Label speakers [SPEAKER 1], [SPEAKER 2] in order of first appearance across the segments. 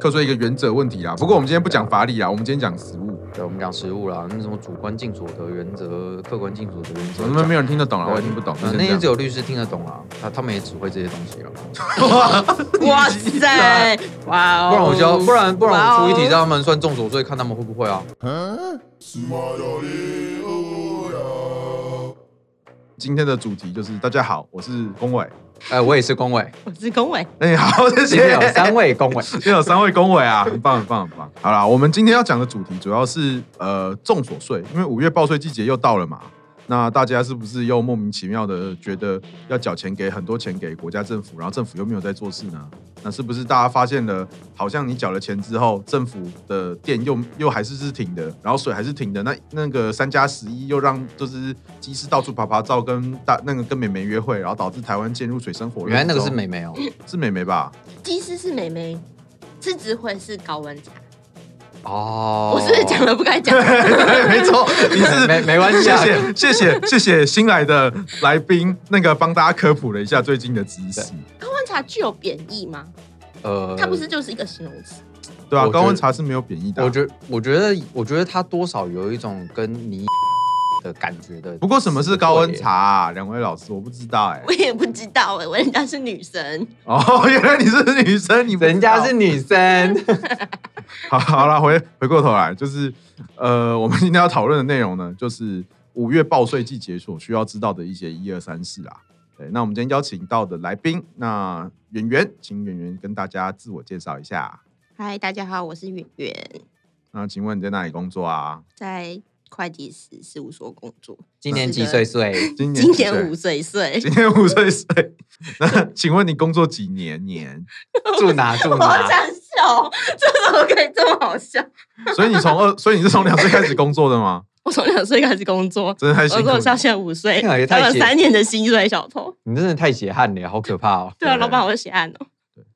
[SPEAKER 1] 课税一个原则问题啊啦。不过我们今天不讲法理啦，啊我们今天讲实务，
[SPEAKER 2] 对，我们讲实物啦，那什么主观净所得原则、客观净所得原则
[SPEAKER 1] 我，们没有人听得懂啦，
[SPEAKER 2] 对
[SPEAKER 1] 我也听不懂。
[SPEAKER 2] 呃
[SPEAKER 1] 就
[SPEAKER 2] 那
[SPEAKER 1] 先
[SPEAKER 2] 些
[SPEAKER 1] 这
[SPEAKER 2] 只
[SPEAKER 1] 样
[SPEAKER 2] 有律师听得懂啊，他他们也只会这些东西了。
[SPEAKER 3] 哇塞，哇哦！
[SPEAKER 2] 不然我教，不然不然我出一题
[SPEAKER 3] 哇哦
[SPEAKER 2] 让他们算众所税，看他们会不会啊？
[SPEAKER 1] 今天的主题就是大家好，我是龚伟，
[SPEAKER 2] 哎，我也是公 委，
[SPEAKER 3] 我是龚伟，
[SPEAKER 1] 哎、好，谢
[SPEAKER 2] 今天
[SPEAKER 1] 谢
[SPEAKER 2] 有。三位公委。
[SPEAKER 1] 今天 有三位公委啊，很棒很棒很棒。好啦，我们今天要讲的主题主要是呃重所税，因为五月报税季节又到了嘛。那大家是不是又莫名其妙的觉得要缴钱给很多钱给国家政府，然后政府又没有在做事呢？那是不是大家发现了，好像你缴了钱之后，政府的电又又还是是停的，然后水还是停的，那那个三加十一又让就是机师到处爬爬照，跟大那个跟美眉约会，然后导致台湾陷入水深火热之中。
[SPEAKER 2] 原来那个是美 眉哦，
[SPEAKER 1] 是美眉 吧？
[SPEAKER 3] 技师是美眉，是指挥是高温茶。
[SPEAKER 2] 哦，
[SPEAKER 3] 我是不是讲了不该讲？
[SPEAKER 1] 对，没错，你是
[SPEAKER 2] 没没关系
[SPEAKER 1] 哎谢
[SPEAKER 2] 啊
[SPEAKER 1] 谢谢谢谢谢新来的来宾，那个帮大家科普了一下最近的知识，
[SPEAKER 3] 高温茶具有贬义吗？
[SPEAKER 2] 呃，
[SPEAKER 3] 它不是就是一个形容词？
[SPEAKER 1] 对啊，
[SPEAKER 2] 我觉得
[SPEAKER 1] 高温茶是没有贬义的啊、
[SPEAKER 2] 我觉我觉得我觉得他多少有一种跟你 的感觉的。
[SPEAKER 1] 不过什么是高温茶、啊？两位老师，我不知道哎、
[SPEAKER 3] 我也不知道哎、我人家是女生，
[SPEAKER 1] 哦，原来你是女生，你不知道
[SPEAKER 2] 人家是女生，
[SPEAKER 1] 好好了，回回过头来，就是呃，我们今天要讨论的内容呢，就是五月报税季节所需要知道的一些一二三事啊。对，那我们今天邀请到的来宾，那圆圆，请圆圆跟大家自我介绍一下。
[SPEAKER 3] 嗨，大家好，我是圆圆，
[SPEAKER 1] 那请问你在哪里工作啊？
[SPEAKER 3] 在会计师事务所工作，
[SPEAKER 2] 今年几 岁岁？
[SPEAKER 1] 今年
[SPEAKER 3] 今
[SPEAKER 1] 几岁
[SPEAKER 3] 年五岁岁，
[SPEAKER 1] 今年五岁岁。那请问你工作几年年？
[SPEAKER 2] 住哪住
[SPEAKER 3] 我好
[SPEAKER 2] 哪？
[SPEAKER 3] 想笑，这怎么可以这么好笑？
[SPEAKER 1] 所以你从二，所以你是从两岁开始工作的吗？
[SPEAKER 3] 我从两岁开始工作，
[SPEAKER 1] 真的太辛
[SPEAKER 3] 我
[SPEAKER 1] 苦
[SPEAKER 3] 工作到
[SPEAKER 1] 了。
[SPEAKER 3] 现在五岁，
[SPEAKER 2] 天啊也太
[SPEAKER 3] 当了
[SPEAKER 2] 闲
[SPEAKER 3] 三年的薪水小偷。
[SPEAKER 2] 你真的太血汗了，好可怕哦！
[SPEAKER 3] 对啊，
[SPEAKER 1] 对
[SPEAKER 3] 老板，我是血案哦。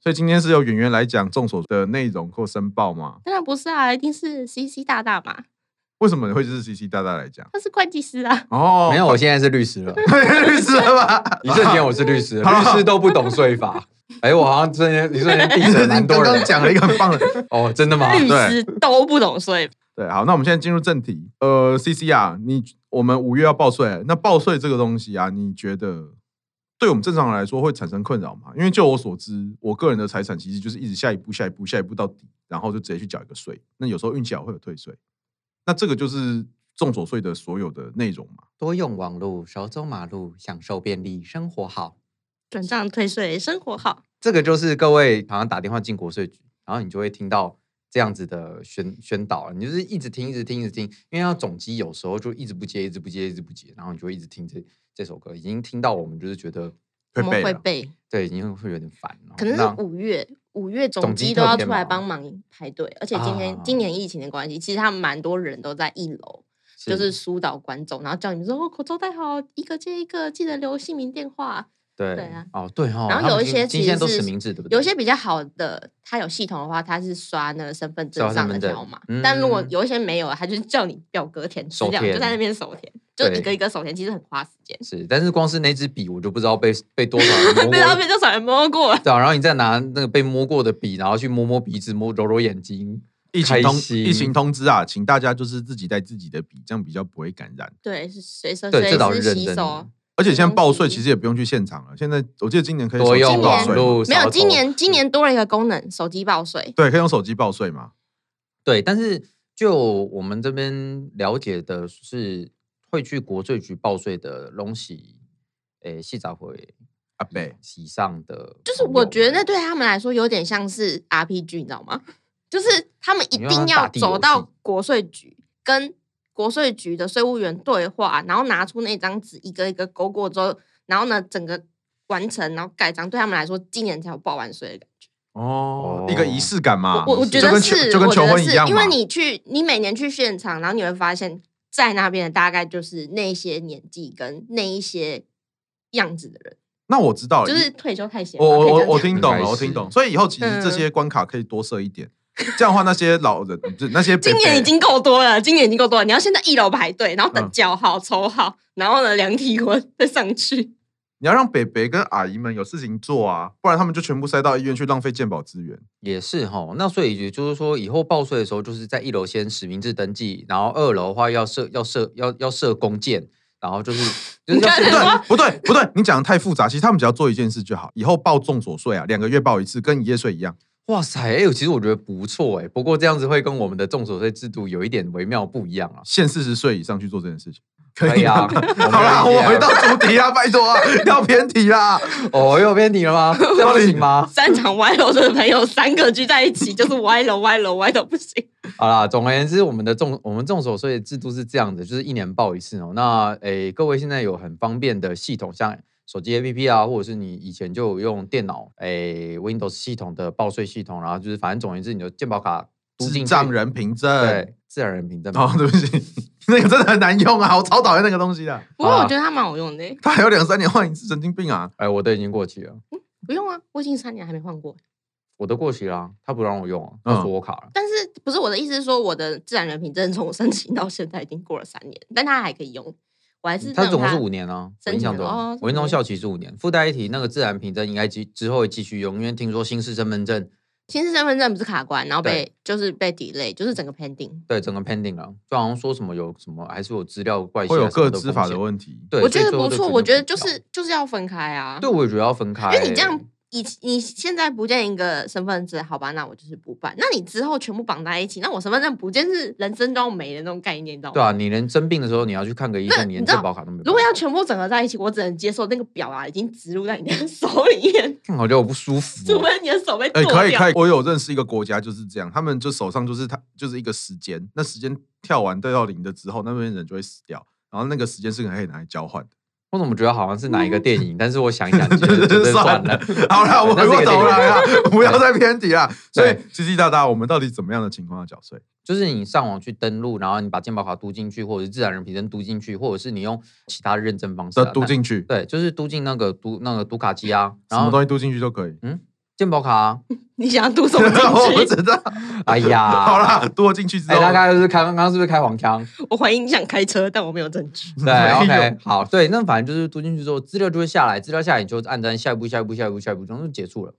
[SPEAKER 1] 所以今天是由圆圆来讲众所的内容或申报吗？
[SPEAKER 3] 当然不是啊，一定是 CC 大大嘛，
[SPEAKER 1] 为什么你会是 C C 大大来讲？
[SPEAKER 3] 他是会计师啊。
[SPEAKER 1] 哦，
[SPEAKER 2] 没有，我现在是律 师了。
[SPEAKER 1] 律师了 吧？
[SPEAKER 2] 一瞬间我是律师，
[SPEAKER 1] 好
[SPEAKER 2] 律师都不懂税法。 哎，我好像瞬间一 瞬间
[SPEAKER 1] 你
[SPEAKER 2] 闭嘴啊蛮多
[SPEAKER 1] 刚
[SPEAKER 2] 人
[SPEAKER 1] 刚讲了一个很棒 的。
[SPEAKER 2] 哦，真的吗？
[SPEAKER 3] 律
[SPEAKER 1] 对
[SPEAKER 3] 师都不懂税，
[SPEAKER 1] 对，好，那我们现在进入正题。呃，C C 啊，你我们五月要报税，那报税这个东西啊，你觉得对我们正常人来说会产生困扰吗？因为就我所知，我个人的财产其实就是一直下一步、下一步、下一步到底，然后就直接去缴一个税。那有时候运气好会有退税，那这个就是重所税的所有的内容嘛。
[SPEAKER 2] 多用网络，少走马路，享受便利，生活好。
[SPEAKER 3] 转账退税，生活好。
[SPEAKER 2] 这个就是各位好像打电话进国税局，然后你就会听到这样子的宣宣导，你就是一直听，一直听，一直听，因为要总机有时候就一直不接，一直不接，一直不接，然后你就会一直听这这首歌，已经听到我们就是觉得
[SPEAKER 1] 会
[SPEAKER 3] 我们
[SPEAKER 1] 背
[SPEAKER 3] 会
[SPEAKER 1] 了，
[SPEAKER 3] 背，
[SPEAKER 2] 对，已经会有点烦了。
[SPEAKER 3] 可能
[SPEAKER 2] 那
[SPEAKER 3] 是五月，五月总
[SPEAKER 2] 总
[SPEAKER 3] 机
[SPEAKER 2] 机
[SPEAKER 3] 都
[SPEAKER 2] 特
[SPEAKER 3] 要
[SPEAKER 2] 别
[SPEAKER 3] 出来
[SPEAKER 2] 忙
[SPEAKER 3] 帮忙排队，而且今天
[SPEAKER 2] 啊
[SPEAKER 3] 今年疫情的关系，其实他们蛮多人都在一楼，就是疏导观众，然后叫你们说哦口罩戴好，一个接一个，记得留姓名电话。
[SPEAKER 2] 对
[SPEAKER 3] 对啊
[SPEAKER 2] 哦对哦，
[SPEAKER 3] 然
[SPEAKER 2] 他
[SPEAKER 3] 后
[SPEAKER 2] 们
[SPEAKER 3] 有一
[SPEAKER 2] 今
[SPEAKER 3] 些
[SPEAKER 2] 今
[SPEAKER 3] 其
[SPEAKER 2] 天
[SPEAKER 3] 实
[SPEAKER 2] 都
[SPEAKER 3] 是
[SPEAKER 2] 实名制，对不对？
[SPEAKER 3] 有一些比较好的，它有系统的话，它是刷那个身份证
[SPEAKER 2] 刷
[SPEAKER 3] 上
[SPEAKER 2] 身
[SPEAKER 3] 的
[SPEAKER 2] 份证
[SPEAKER 3] 条码。但如果
[SPEAKER 2] 嗯
[SPEAKER 3] 有一些没有，它就是叫你表格填资
[SPEAKER 2] 手
[SPEAKER 3] 料，你就在
[SPEAKER 2] 填
[SPEAKER 3] 那边手填，就
[SPEAKER 2] 对
[SPEAKER 3] 一个一个手填，其实很花时间。
[SPEAKER 2] 是，但是光是那支笔，我就不知道被被多少 人摸过。
[SPEAKER 3] 被他被多少人摸过了？
[SPEAKER 2] 对啊，然后你再拿那个被摸过的笔，然后去摸摸鼻子，摸揉揉眼睛。
[SPEAKER 1] 疫情通
[SPEAKER 2] 开心
[SPEAKER 1] 疫情通知啊，请大家就是自己带自己的笔，这样比较不会感染。
[SPEAKER 3] 对，是随身
[SPEAKER 2] 对
[SPEAKER 3] 随
[SPEAKER 2] 这倒
[SPEAKER 3] 时
[SPEAKER 2] 是认
[SPEAKER 3] 洗
[SPEAKER 2] 真
[SPEAKER 3] 手。
[SPEAKER 1] 而且现在报税
[SPEAKER 3] 东西
[SPEAKER 1] 其实也不用去现场了，现在我记得今年可以
[SPEAKER 2] 多
[SPEAKER 1] 手机
[SPEAKER 2] 用
[SPEAKER 3] 今
[SPEAKER 1] 报
[SPEAKER 3] 年
[SPEAKER 2] 网
[SPEAKER 1] 税嘛，
[SPEAKER 2] 络，
[SPEAKER 3] 没有，
[SPEAKER 2] 少
[SPEAKER 3] 今
[SPEAKER 2] 走
[SPEAKER 3] 年今年多了一个功能，手机报税。
[SPEAKER 1] 对，可以用手机报税嘛。
[SPEAKER 2] 对，但是就我们这边了解的是，会去国税局报税的东西，诶，细杂会
[SPEAKER 1] 阿贝，
[SPEAKER 2] 以上的，
[SPEAKER 3] 就是我觉得那对他们来说有点像是 RPG，你知道吗？就是他们一
[SPEAKER 2] 你说
[SPEAKER 3] 定
[SPEAKER 2] 像
[SPEAKER 3] 要
[SPEAKER 2] 打地游
[SPEAKER 3] 走到
[SPEAKER 2] 戏
[SPEAKER 3] 国税局跟国税局的税务员对话，然后拿出那张纸一个一个勾过之后，然后呢整个完成，然后盖章，对他们来说今年才有报完税的感觉。
[SPEAKER 1] 哦
[SPEAKER 2] 哦，
[SPEAKER 1] 一个仪式感嘛。
[SPEAKER 3] 我我我觉
[SPEAKER 1] 啊就
[SPEAKER 3] 得
[SPEAKER 1] 跟
[SPEAKER 3] 是，
[SPEAKER 1] 求就跟
[SPEAKER 3] 我觉
[SPEAKER 1] 求
[SPEAKER 3] 得
[SPEAKER 1] 婚一
[SPEAKER 3] 是
[SPEAKER 1] 样，
[SPEAKER 3] 因
[SPEAKER 1] 嘛。
[SPEAKER 3] 为你去你每年去现场，然后你会发现在那边的大概就是那些年纪跟那一些样子的人，
[SPEAKER 1] 那我知道了，
[SPEAKER 3] 就是退休太闲
[SPEAKER 1] 哦我
[SPEAKER 3] 了。可以
[SPEAKER 1] 我我
[SPEAKER 3] 这样
[SPEAKER 1] 我
[SPEAKER 3] 讲嗯
[SPEAKER 1] 听懂
[SPEAKER 2] 应
[SPEAKER 1] 了，
[SPEAKER 2] 该
[SPEAKER 1] 我听懂。所以以后其实这些关卡可以多设一点，这样的话那些老人不是那些伯
[SPEAKER 3] 今
[SPEAKER 1] 伯
[SPEAKER 3] 年已经够多了，今年已经够多了。你要先在一楼排队，然后等
[SPEAKER 1] 嗯
[SPEAKER 3] 叫号、抽号，然后呢量体温再上去。
[SPEAKER 1] 你你要让北北跟阿姨们有事情做啊，不然他们就全部塞到医院去浪费健保资源。
[SPEAKER 2] 也是哈，那所以也就是说，以后报税的时候，就是在一楼先实名制登记，然后二楼的话要设要设要要设弓箭，然后就是就是要
[SPEAKER 3] 你
[SPEAKER 1] 不
[SPEAKER 2] 设
[SPEAKER 3] 看
[SPEAKER 1] 对，不对，不对，你讲的太复杂。其实他们只要做一件事就好，以后报重所税啊，两个月报一次，跟营业税一样。
[SPEAKER 2] 哇塞，哎、呦，其实我觉得不错哎、不过这样子会跟我们的重所税制度有一点微妙不一样啊。
[SPEAKER 1] 限四十岁以上去做这件事情，
[SPEAKER 2] 可以啊，
[SPEAKER 1] 好啦，
[SPEAKER 2] 没有
[SPEAKER 1] 我
[SPEAKER 2] 意见啊
[SPEAKER 1] 回到主题啊，拜托啊， 不要偏题啦。
[SPEAKER 2] 哦，又偏题了吗？这样不行吗？
[SPEAKER 3] 三场歪楼的朋友三个聚在一 起，就是歪楼歪楼歪到不行。
[SPEAKER 2] 好啦，总而言之，我们的众我们众所税制度是这样的，就是一年报一次哦。那诶，各位现在有很方便的系统，像手机 APP 啊，或者是你以前就有用电脑诶 Windows 系统的报税系统，然后就是反正总而言之，你的健保卡读
[SPEAKER 1] 智
[SPEAKER 2] 进去
[SPEAKER 1] 障人凭证。
[SPEAKER 2] 对自然人凭证嘛。
[SPEAKER 1] 哦，对不起，那个真的很难用啊，我超讨厌那个东西的。
[SPEAKER 3] 不过我
[SPEAKER 2] 啊
[SPEAKER 3] 觉得它蛮好用的，欸
[SPEAKER 1] 他还有两三年换一次，神经病啊！
[SPEAKER 2] 哎，我的已经过期了，
[SPEAKER 3] 不用啊，我已经三年还没换过。
[SPEAKER 2] 我的过期了啊，他不让我用啊，
[SPEAKER 1] 嗯
[SPEAKER 2] 他锁我卡了。
[SPEAKER 3] 但是不是我的意思是说，我的自然人凭证从我申请到现在已经过了三年，但它还可以用，我还是
[SPEAKER 2] 它
[SPEAKER 3] 让
[SPEAKER 2] 总共是
[SPEAKER 3] 它
[SPEAKER 2] 五年啊，我
[SPEAKER 3] 申
[SPEAKER 2] 印
[SPEAKER 3] 请
[SPEAKER 2] 象中，
[SPEAKER 3] 了哦
[SPEAKER 2] 我印象中
[SPEAKER 3] 是五
[SPEAKER 2] 效期是五年。附带一提，那个自然凭证应该继之后会继续用，因为听说新式身份证
[SPEAKER 3] 新式身份证不是卡关，然后被就是被 delay，就是整个 pending。
[SPEAKER 2] 对整个 pending 了，就好像说什么有什么还是有资料怪
[SPEAKER 1] 会
[SPEAKER 2] 些
[SPEAKER 1] 有
[SPEAKER 2] 啊什么
[SPEAKER 1] 各
[SPEAKER 2] 的
[SPEAKER 1] 资
[SPEAKER 2] 风
[SPEAKER 1] 法的
[SPEAKER 2] 险
[SPEAKER 1] 问题。
[SPEAKER 2] 对，
[SPEAKER 3] 我
[SPEAKER 2] 所以
[SPEAKER 3] 觉得
[SPEAKER 2] 最后
[SPEAKER 3] 不
[SPEAKER 2] 就
[SPEAKER 3] 错，
[SPEAKER 2] 决
[SPEAKER 3] 我
[SPEAKER 2] 定
[SPEAKER 3] 觉得
[SPEAKER 2] 不
[SPEAKER 3] 就
[SPEAKER 2] 要
[SPEAKER 3] 是就是要分开啊。
[SPEAKER 2] 对，我也觉得要分开，
[SPEAKER 3] 因为你这样以你现在不见一个身份证，好吧，那我就是不办。那你之后全部绑在一起，那我身份证不见是人生都要没的那种概念，你知道吗？
[SPEAKER 2] 对啊，你连生病的时候你要去看个医
[SPEAKER 3] 那
[SPEAKER 2] 生，你
[SPEAKER 3] 你
[SPEAKER 2] 连
[SPEAKER 3] 知
[SPEAKER 2] 健
[SPEAKER 3] 道
[SPEAKER 2] 保卡都没办法。
[SPEAKER 3] 如果要全部整合在一起，我只能接受那个表啊已经植入在你的 手里面，
[SPEAKER 2] 看我觉得我不舒服
[SPEAKER 3] 除
[SPEAKER 2] 哦，
[SPEAKER 3] 非你的手被
[SPEAKER 1] 哎、
[SPEAKER 3] 剁掉。
[SPEAKER 1] 可以可以，我有认识一个国家就是这样，他们就手上就是他就是一个时间，那时间跳完掉到零的之后，那边人就会死掉，然后那个时间是可以拿来交换的。
[SPEAKER 2] 我怎么觉得好像是哪一个电影？但是我想一想，觉得觉得算了。
[SPEAKER 1] 好啦，我 回
[SPEAKER 2] 那是
[SPEAKER 1] 过
[SPEAKER 2] 一个
[SPEAKER 1] 头
[SPEAKER 2] 电
[SPEAKER 1] 来
[SPEAKER 2] 影
[SPEAKER 1] 啦，不要再偏题啦。所以
[SPEAKER 2] 对
[SPEAKER 1] 叽叽喳喳，我们到底怎么样的情况要缴税？
[SPEAKER 2] 就是你上网去登录，然后你把健保卡嘟进去，或者是自然人凭证嘟进去，或者是你用其他认证方式
[SPEAKER 1] 都
[SPEAKER 2] 啊、
[SPEAKER 1] 嘟
[SPEAKER 2] 那
[SPEAKER 1] 进去，
[SPEAKER 2] 对，就是嘟进那个嘟那个读卡机啊，
[SPEAKER 1] 什
[SPEAKER 2] 然
[SPEAKER 1] 么东
[SPEAKER 2] 后
[SPEAKER 1] 西嘟进去就 可以。
[SPEAKER 2] 健保卡、啊，
[SPEAKER 3] 你想要 读什 么
[SPEAKER 1] 我不
[SPEAKER 3] 进去？
[SPEAKER 1] 知道。
[SPEAKER 2] 哎 呀，
[SPEAKER 1] 好啦，多进去之
[SPEAKER 2] 哎、
[SPEAKER 1] 后，
[SPEAKER 2] 大概就是开刚刚是不是开黄腔？
[SPEAKER 3] 我怀疑你想开车，但我没有证据。
[SPEAKER 2] 对
[SPEAKER 1] 没
[SPEAKER 2] ，OK，好，对，那反正就是读进去之后，资料就会下来，资料下来你就按照下一步、下一步、下一步、下一步，然后就结束了。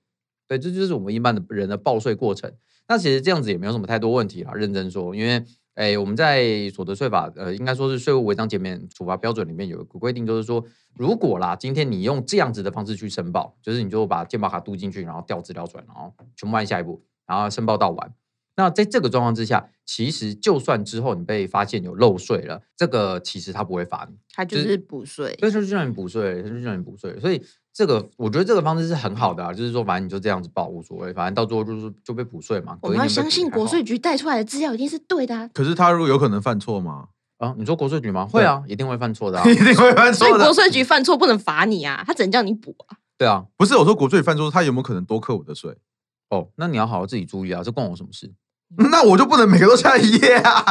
[SPEAKER 2] 对，这就是我们一般的人的报税过程。那其实这样子也没有什么太多问题啦，认真说，因为哎，我们在所得税法，呃，应该说是税务违章减免处罚标准里面有个规定，就是说，如果啦，今天你用这样子的方式去申报，就是你就把健保卡嘟进去，然后调资料出来，然后全部按下一步，然后申报到完。那在这个状况之下，其实就算之后你被发现有漏税了，这个其实他不会罚你，
[SPEAKER 3] 他就
[SPEAKER 2] 就是
[SPEAKER 3] 是补税，
[SPEAKER 2] 对，就是让你补税，就是让你补税。所以这个我觉得这个方式是很好的啊，就是说反正你就这样子报无所谓，反正到最后就是就被补税嘛。
[SPEAKER 3] 我
[SPEAKER 2] 隔一
[SPEAKER 3] 们
[SPEAKER 2] 年
[SPEAKER 3] 要
[SPEAKER 2] 被
[SPEAKER 3] 相
[SPEAKER 2] 补
[SPEAKER 3] 信
[SPEAKER 2] 还
[SPEAKER 3] 国
[SPEAKER 2] 好
[SPEAKER 3] 税局带出来的资料一定是对的、啊，
[SPEAKER 1] 可是他如果有可能犯错吗？
[SPEAKER 2] 啊？你说国税局吗？会啊，一定会犯错 的
[SPEAKER 1] 。
[SPEAKER 2] 啊
[SPEAKER 1] 一定会犯
[SPEAKER 3] 所以
[SPEAKER 1] 错
[SPEAKER 3] 国
[SPEAKER 1] 的。
[SPEAKER 3] 税局犯错不能罚你啊，他只能叫你补啊。
[SPEAKER 2] 对啊，
[SPEAKER 1] 不是我说国税犯错，他有没有可能多课我的税？
[SPEAKER 2] 哦，那你要好好自己注意啊，这关我什么事？
[SPEAKER 1] 那我就不能每个都下一页啊。